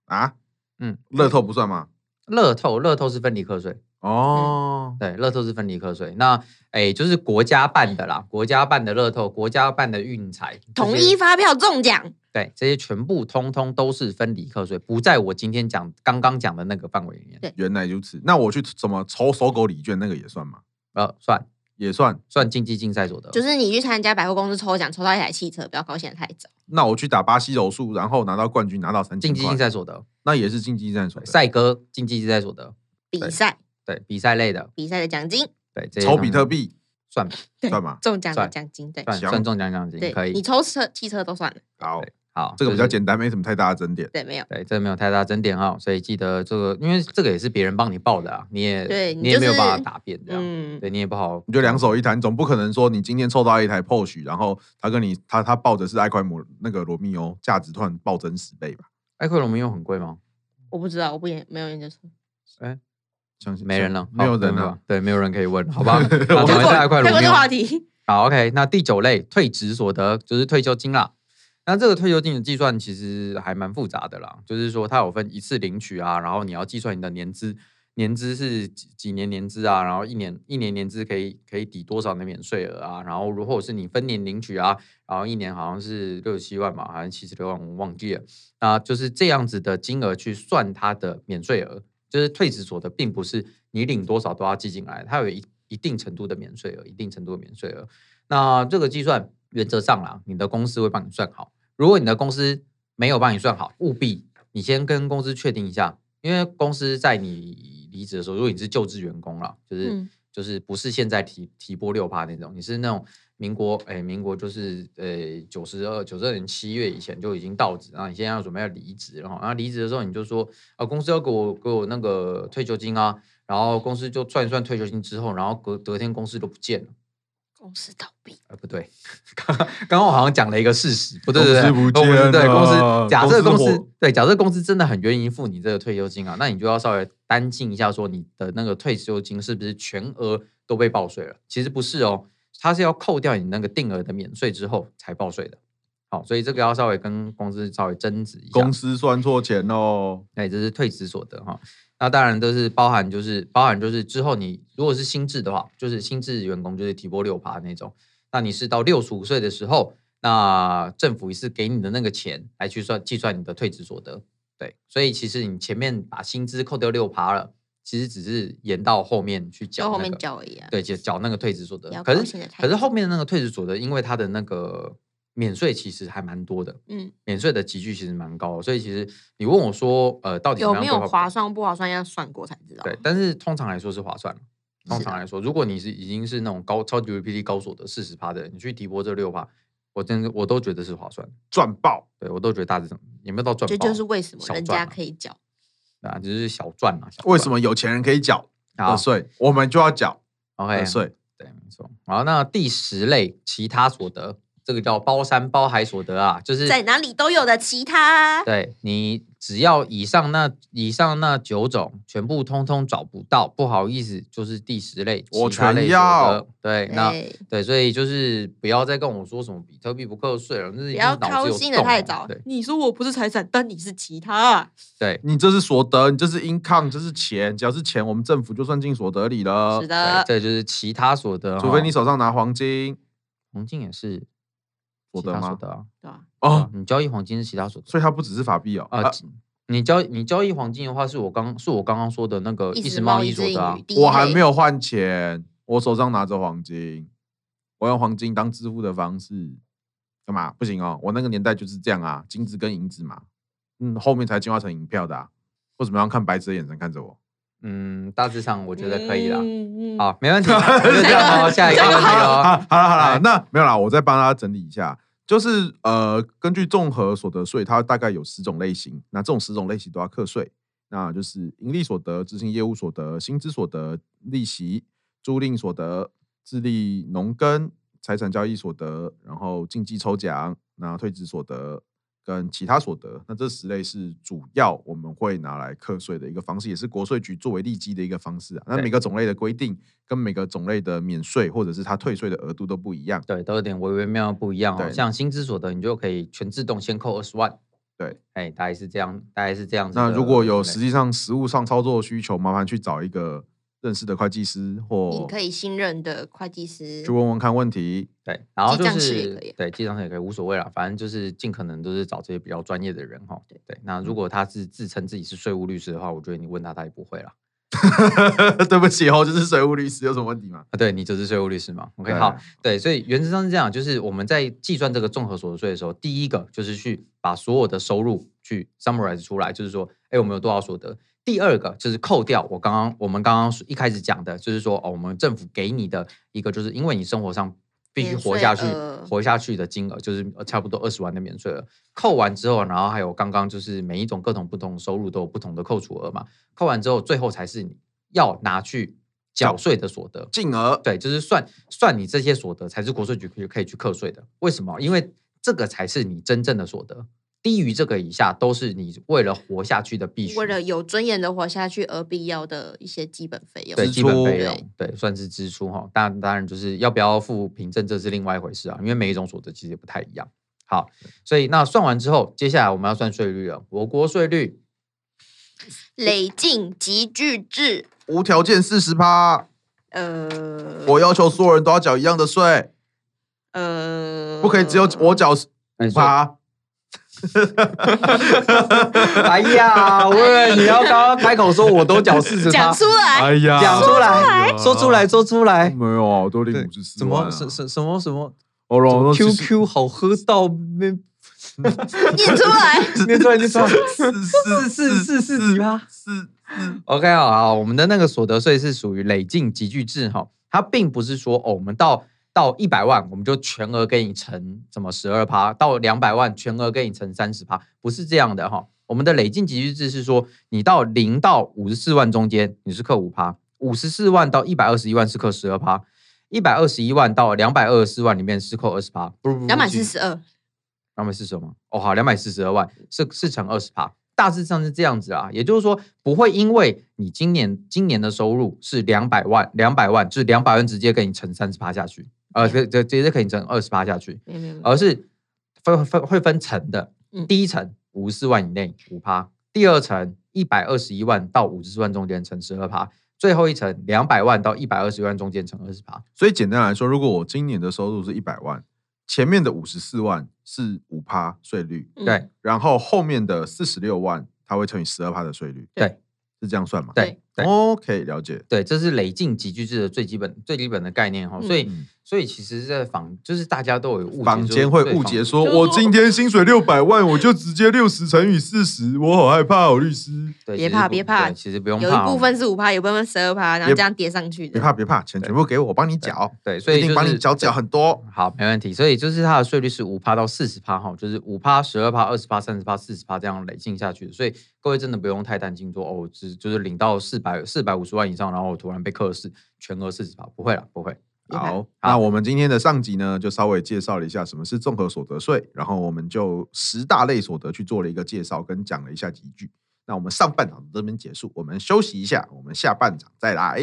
[SPEAKER 1] 啊？
[SPEAKER 2] 嗯，
[SPEAKER 1] 乐透不算吗？
[SPEAKER 2] 乐透，乐透是分离课税，
[SPEAKER 1] 哦，
[SPEAKER 2] 对，乐透是分离课税。那哎，就是国家办的啦，国家办的乐透，国家办的运彩，这
[SPEAKER 3] 统
[SPEAKER 2] 些
[SPEAKER 3] 一发票中奖，
[SPEAKER 2] 对，这些全部通通都是分离课税，不在我今天讲刚刚讲的那个范围里面。
[SPEAKER 3] 对
[SPEAKER 1] 原来如此。那我去怎么抽搜狗礼券那个也算吗？
[SPEAKER 2] 呃，算
[SPEAKER 1] 也算。
[SPEAKER 2] 算竞技竞赛所得，
[SPEAKER 3] 就是你去参加百货公司抽奖，抽到一台汽车，不要高兴得太早。
[SPEAKER 1] 那我去打巴西柔术，然后拿到冠军，拿到三
[SPEAKER 2] 竞
[SPEAKER 1] 千
[SPEAKER 2] 技竞
[SPEAKER 1] 块，
[SPEAKER 2] 赛所得，
[SPEAKER 1] 那也是竞技战所得。
[SPEAKER 2] 赛鸽竞技竞赛所得，
[SPEAKER 3] 比赛，
[SPEAKER 2] 对，比赛类的，
[SPEAKER 3] 比赛的奖金，
[SPEAKER 2] 对，这些
[SPEAKER 1] 抽
[SPEAKER 2] 东
[SPEAKER 1] 比
[SPEAKER 2] 西
[SPEAKER 1] 特币
[SPEAKER 2] 算
[SPEAKER 1] 算吗？
[SPEAKER 3] 中奖的
[SPEAKER 2] 算
[SPEAKER 3] 奖金，对
[SPEAKER 2] 算
[SPEAKER 1] 行
[SPEAKER 2] 算中奖奖金
[SPEAKER 3] 对
[SPEAKER 2] 可，
[SPEAKER 3] 你
[SPEAKER 2] 以，
[SPEAKER 3] 抽车、汽车都算了，
[SPEAKER 1] 好，
[SPEAKER 2] 好，
[SPEAKER 1] 这个比较
[SPEAKER 2] 就是
[SPEAKER 1] 简单，没什么太大的争点。
[SPEAKER 3] 对，没有。
[SPEAKER 2] 对，这没有太大争点哈，所以记得这个，因为这个也是别人帮你报的啊，你也
[SPEAKER 3] 对你
[SPEAKER 2] 你也没有
[SPEAKER 3] 就是
[SPEAKER 2] 办法答辩这样，
[SPEAKER 3] 嗯，
[SPEAKER 2] 对你啊也不好，
[SPEAKER 1] 你就两手一摊，总不可能说你今天抽到一台 POS，然后他跟你他他抱着是爱快摩那个罗密欧，价值突然暴增十倍吧？
[SPEAKER 2] 艾哎克龙没有很贵吗？哎
[SPEAKER 3] 我不知道，我不研没有研究出。
[SPEAKER 1] 相信
[SPEAKER 2] 没人了，
[SPEAKER 1] 没有
[SPEAKER 2] 好
[SPEAKER 1] 人，
[SPEAKER 2] 对
[SPEAKER 1] 了
[SPEAKER 2] 吧。对，没有人可以问，好 吧？那
[SPEAKER 1] 我
[SPEAKER 2] 我
[SPEAKER 1] 们
[SPEAKER 2] 们下一块
[SPEAKER 3] 跳
[SPEAKER 2] 罗密欧
[SPEAKER 3] 过这个话题，
[SPEAKER 2] 好，OK，那第九类退职所得就是退休金啦。那这个退休金的计算其实还蛮复杂的啦，就是说它有分一次领取啊，然后你要计算你的年资，年资是几几年年资啊，然后一年一年年资可以可以抵多少的免税额啊，然后如果是你分年领取啊，然后一年好像是六十七万嘛，好像七十六万，我忘记了，那就是这样子的金额去算它的免税额，就是退职所得，并不是你领多少都要记进来，它有一一定程度的免税额，一定程度的免税额。那这个计算原则上啦，你的公司会帮你算好。如果你的公司没有帮你算好，务必你先跟公司确定一下，因为公司在你离职的时候，如果你是就职员工啦，就是、
[SPEAKER 3] 嗯
[SPEAKER 2] 就是不是现在提提拨六趴那种，你是那种民国哎、民国就是呃九十二九十二年七月以前就已经到职，然后你现在要准备要离职了哈，然后然后离职的时候你就说啊、公司要给我给我那个退休金啊，然后公司就算一算退休金之后，然后隔隔天公司都不见了。
[SPEAKER 3] 公司倒闭，
[SPEAKER 2] 呃，不对， 刚刚刚我好像讲了一个事实，不对，对
[SPEAKER 1] 公司不
[SPEAKER 2] 对公司
[SPEAKER 1] 见
[SPEAKER 2] 对公
[SPEAKER 1] 了
[SPEAKER 2] 司，假设公
[SPEAKER 1] 公司
[SPEAKER 2] 司
[SPEAKER 1] 火
[SPEAKER 2] 对，假设公司真的很愿意付你这个退休金啊，那你就要稍微担心一下，说你的那个退休金是不是全额都被报税了？其实不是哦，它是要扣掉你那个定额的免税之后才报税的。好，所以这个要稍微跟公司稍微争执一下。
[SPEAKER 1] 公司算错钱喽。
[SPEAKER 2] 对，这是退职所得哈。那当然都是包含，就是包含就是之后你如果是新制的话，就是新制员工就是提拨六趴那种。那你是到六十五岁的时候，那政府也是给你的那个钱来去算计算你的退职所得。对，所以其实你前面把薪资扣掉六趴了，其实只是延到后面去缴、
[SPEAKER 3] 就
[SPEAKER 2] 那个，
[SPEAKER 3] 后面交而已啊。
[SPEAKER 2] 对，就缴那个退职所得
[SPEAKER 3] 不要。
[SPEAKER 2] 可
[SPEAKER 3] 高
[SPEAKER 2] 是
[SPEAKER 3] 兴得太
[SPEAKER 2] 可是
[SPEAKER 3] 早
[SPEAKER 2] 后面的那个退职所得，因为它的那个免税其实还蛮多的，
[SPEAKER 3] 嗯，
[SPEAKER 2] 免税的集聚其实蛮高的，所以其实你问我说，呃，到底怎
[SPEAKER 3] 有
[SPEAKER 2] 么样
[SPEAKER 3] 没
[SPEAKER 2] 规
[SPEAKER 3] 有
[SPEAKER 2] 划比
[SPEAKER 3] 划
[SPEAKER 2] 较
[SPEAKER 3] 算不划算要算过才知道。
[SPEAKER 2] 对，但是通常来说是划算的。通
[SPEAKER 3] 是啊
[SPEAKER 2] 常
[SPEAKER 3] 的
[SPEAKER 2] 来说，如果你是已经是那种高超级 VPD 高手的四十趴的人，你去提拨这六趴，我真的我都觉得是划算的。
[SPEAKER 1] 赚爆，
[SPEAKER 2] 对我都觉得大致上也没有到赚
[SPEAKER 3] 这
[SPEAKER 2] 爆，
[SPEAKER 3] 就是为什么
[SPEAKER 2] 小
[SPEAKER 3] 人
[SPEAKER 2] 赚
[SPEAKER 3] 家
[SPEAKER 2] 嘛
[SPEAKER 3] 可以缴。
[SPEAKER 2] 啊，只是小赚嘛。小
[SPEAKER 1] 为
[SPEAKER 2] 赚
[SPEAKER 1] 什么有钱人可以缴
[SPEAKER 2] 好哎
[SPEAKER 1] 的税，我们就要缴
[SPEAKER 2] ？OK，
[SPEAKER 1] 的税？
[SPEAKER 2] 对，没错。好，那第十类其他所得，这个叫包山包海所得啊，就是
[SPEAKER 3] 在哪里都有的其他。
[SPEAKER 2] 对你只要以上那以上那九种全部通通找不到，不好意思，就是第十类，
[SPEAKER 1] 我
[SPEAKER 2] 其他
[SPEAKER 1] 全
[SPEAKER 2] 类所
[SPEAKER 1] 要
[SPEAKER 2] 得。对，那
[SPEAKER 3] 对
[SPEAKER 2] 对，所以就是不要再跟我说什么比特币不课税了，那是
[SPEAKER 3] 不
[SPEAKER 2] 已经
[SPEAKER 3] 要
[SPEAKER 2] 脑子
[SPEAKER 3] 掏
[SPEAKER 2] 有
[SPEAKER 3] 心的
[SPEAKER 2] 洞
[SPEAKER 3] 太
[SPEAKER 2] 了
[SPEAKER 3] 早
[SPEAKER 2] 对。
[SPEAKER 3] 你说我不是财产，但你是其他。
[SPEAKER 2] 对
[SPEAKER 1] 你这是所得，你这是 income，这是钱，只要是钱，我们政府就算进所得里了
[SPEAKER 2] 哦对，
[SPEAKER 3] 是。的，
[SPEAKER 2] 这就是其他所得哈，
[SPEAKER 1] 除非你手上拿黄金
[SPEAKER 2] 黄金也是
[SPEAKER 1] 所
[SPEAKER 2] 其
[SPEAKER 1] 得
[SPEAKER 2] 他所
[SPEAKER 1] 吗？
[SPEAKER 2] 得啊，
[SPEAKER 3] 对吧？
[SPEAKER 2] 对
[SPEAKER 1] 哦
[SPEAKER 2] 啊，你交易黄金是其他所得
[SPEAKER 1] 所以它不只是法币哦。
[SPEAKER 2] 啊。
[SPEAKER 1] 啊
[SPEAKER 2] 你交你交易黄金的话，是我刚是我刚刚说的那个
[SPEAKER 3] 一
[SPEAKER 2] 一
[SPEAKER 3] 时
[SPEAKER 2] 时
[SPEAKER 3] 贸
[SPEAKER 2] 贸
[SPEAKER 3] 易
[SPEAKER 2] 易所
[SPEAKER 3] 之
[SPEAKER 2] 得啊
[SPEAKER 3] 盈余，第一
[SPEAKER 1] 我还
[SPEAKER 3] 类
[SPEAKER 1] 没有换钱，我手上拿着黄金，我用黄金当支付的方式，干嘛？不行哦，我那个年代就是这样啊，金子跟银子嘛，嗯，后面才进化成银票的、啊。为什么要看白痴的眼神看着我？
[SPEAKER 2] 嗯，大致上我觉得可以啦。
[SPEAKER 3] 嗯嗯
[SPEAKER 1] 啊
[SPEAKER 2] 好，没问题，就这 样哦。下一个
[SPEAKER 3] 下一个
[SPEAKER 2] 问题 哦。
[SPEAKER 1] 啊，好了好了
[SPEAKER 2] 哎，
[SPEAKER 1] 那没有啦，我再帮大家整理一下，就是呃，根据综合所得税，它大概有十种类型，那这种十种类型都要课税，那就是盈利所得、执行业务所得、薪资所得、利息、租赁所得、自立农耕、财产交易所得，然后竞技抽奖、那退职所得。跟其他所得，那这十类是主要我们会拿来课税的一个方式，也是国税局作为利基的一个方式啊。那
[SPEAKER 2] 对
[SPEAKER 1] 每个种类的规定跟每个种类的免税或者是它退税的额度都不一样。
[SPEAKER 2] 对，都有点微微妙妙不一样哦。
[SPEAKER 1] 对
[SPEAKER 2] 像薪资所得，你就可以全自动先扣二十万。
[SPEAKER 1] 对，
[SPEAKER 2] 哎，大概是这样，大概是这样子的。
[SPEAKER 1] 那如果有
[SPEAKER 2] 对
[SPEAKER 1] 实际上实务上操作的需求，麻烦去找一个认识的会计师
[SPEAKER 3] 你
[SPEAKER 1] 或
[SPEAKER 3] 可以信任的会计师
[SPEAKER 1] 去。问问看问题。
[SPEAKER 2] 对，然后
[SPEAKER 3] 记
[SPEAKER 2] 就
[SPEAKER 3] 账师也
[SPEAKER 2] 是
[SPEAKER 3] 可以啊
[SPEAKER 2] 对记账师也可以，无所谓啦，反正就是尽可能都是找这些比较专业的人哈。对对，
[SPEAKER 1] 嗯
[SPEAKER 2] 那如果他是自称自己是税务律师的话，我觉得你问他他也不会啦。
[SPEAKER 1] 对不起哦，就是税务律师有什么问题吗？
[SPEAKER 2] 啊，对你就是税务律师嘛？OK，
[SPEAKER 1] 对
[SPEAKER 2] 好，对，所以原则上是这样，就是我们在计算这个综合所得税的时候，第一个就是去把所有的收入去 summarize 出来，就是说，哎，我们有多少所得？第二个就是扣掉我刚刚我们刚刚一开始讲的，就是说，哦，我们政府给你的一个，就是因为你生活上必须
[SPEAKER 3] 免
[SPEAKER 2] 活
[SPEAKER 3] 税
[SPEAKER 2] 下去
[SPEAKER 3] 额，
[SPEAKER 2] 活下去的金额就是呃差不多二十万的免税额。扣完之后，然后还有刚刚就是每一种各种不同的收入都有不同的扣除额嘛，扣完之后，最后才是你要拿去缴税的所得。
[SPEAKER 1] 进而
[SPEAKER 2] 对，就是算算你这些所得才是国税局可以可以去课税的。为什么？因为这个才是你真正的所得，低于这个以下都是你为了活下去的必须。
[SPEAKER 3] 为了有尊严的活下去而必要的一些基本费用，
[SPEAKER 2] 对
[SPEAKER 1] 支
[SPEAKER 2] 基本
[SPEAKER 1] 出
[SPEAKER 2] 费用，对算是支出哈。当然，当然就是要不要付凭证，这是另外一回事啊，因为每一种所得其实也不太一样。好，所以那算完之后，接下来我们要算税率了。我国税率
[SPEAKER 3] 累进集聚制，
[SPEAKER 1] 无条件四十趴，
[SPEAKER 3] 呃，
[SPEAKER 1] 我要求所有人都要缴一样的税，
[SPEAKER 3] 呃，
[SPEAKER 1] 不可以只有我缴
[SPEAKER 2] 哎
[SPEAKER 1] 五 趴。
[SPEAKER 2] 哎呀，喂，你要刚刚开口说我都缴四十
[SPEAKER 3] 讲出来，
[SPEAKER 1] 呀
[SPEAKER 2] 讲出来，说出来，说出来。
[SPEAKER 1] 没有啊，我都
[SPEAKER 2] 对
[SPEAKER 1] 领五十四
[SPEAKER 2] 什么什什什么什么
[SPEAKER 1] 哦，然后
[SPEAKER 2] QQ 好喝到 没？
[SPEAKER 3] 念出 来，
[SPEAKER 2] 念出来念出来。
[SPEAKER 1] 四
[SPEAKER 2] 四四四几趴
[SPEAKER 1] 四
[SPEAKER 2] OK 好好，我们的那个所得税是属于累进集聚制哈，它并不是说哦，我们到到一百万我们就全额给你乘什么十二趴，到两百万全额给你乘三十趴，不是这样的哈。我们的累进集聚制是说，你到零到五十四万中间你是扣五趴，五十四万到一百二十一万是扣十二趴，一百二十一万到两百二十四万里面是扣二十趴，不不不，
[SPEAKER 3] 两百
[SPEAKER 2] 其
[SPEAKER 3] 四
[SPEAKER 2] 实
[SPEAKER 3] 十二，
[SPEAKER 2] 两百四十吗？哦，好，两百四十二万是是乘二十趴，大致上是这样子啊。也就是说，不会因为你今年今年的收入是两百万，两百万就是两百万直接给你乘三十趴下去，呃，这这直接给你乘二十趴下去，
[SPEAKER 3] 没有没有
[SPEAKER 1] 呃
[SPEAKER 3] 没有，
[SPEAKER 2] 而是分分会分层的
[SPEAKER 3] 嗯。
[SPEAKER 2] 第一层五十四万以内五趴，第二层一百二十一万到五十四万中间乘十二趴，最后一层两百万到一百二十万中间乘二十趴。
[SPEAKER 1] 所以简单来说，如果我今年的收入是一百万，前面的五十四万是五趴税率，
[SPEAKER 3] 嗯
[SPEAKER 2] 对
[SPEAKER 1] 然后后面的四十六万，它会乘以十二趴的税率，
[SPEAKER 2] 对，
[SPEAKER 1] 是这样算吗？
[SPEAKER 2] 对对。
[SPEAKER 1] ，OK，了解。
[SPEAKER 2] 对，这是累进集聚制的最基本、最基本的概念哈。所以，
[SPEAKER 1] 嗯
[SPEAKER 2] 所以其实，在坊就是大家都有误解，
[SPEAKER 1] 坊间会误解说，
[SPEAKER 3] 就是说
[SPEAKER 1] 我今天薪水六百万，我就直接六十乘以四十，我好害怕哦，律师。
[SPEAKER 2] 对，
[SPEAKER 3] 别
[SPEAKER 2] 其实
[SPEAKER 3] 怕
[SPEAKER 2] 不
[SPEAKER 3] 别怕
[SPEAKER 2] 对其实不用怕
[SPEAKER 3] 有
[SPEAKER 2] 哦。
[SPEAKER 3] 一部分是五趴，有一部分十二趴，然后
[SPEAKER 1] 也
[SPEAKER 3] 这样叠上去的，
[SPEAKER 1] 别怕别怕，钱全部给我，我帮你缴，
[SPEAKER 2] 对，所以
[SPEAKER 1] 一定
[SPEAKER 2] 就
[SPEAKER 1] 帮你
[SPEAKER 2] 是
[SPEAKER 1] 缴缴很多。
[SPEAKER 2] 好，没问题。所以就是它的税率是五趴到四十趴哈，就是五趴、十二趴、二十趴、三十趴、四十趴这样累进下去。所以各位真的不用太担心说哦，只就是领到四百四百五十万以上，然后我突然被课是全额四十趴，不会啦，不会。
[SPEAKER 3] 一百
[SPEAKER 1] 好，那我们今天的上集呢，就稍微介绍了一下什么是综合所得税，然后我们就十大类所得去做了一个介绍，跟讲了一下几句。那我们上半场这边结束，我们休息一下，我们下半场再来，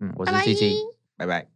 [SPEAKER 2] 嗯，我是
[SPEAKER 3] 拜拜
[SPEAKER 2] T T，拜拜。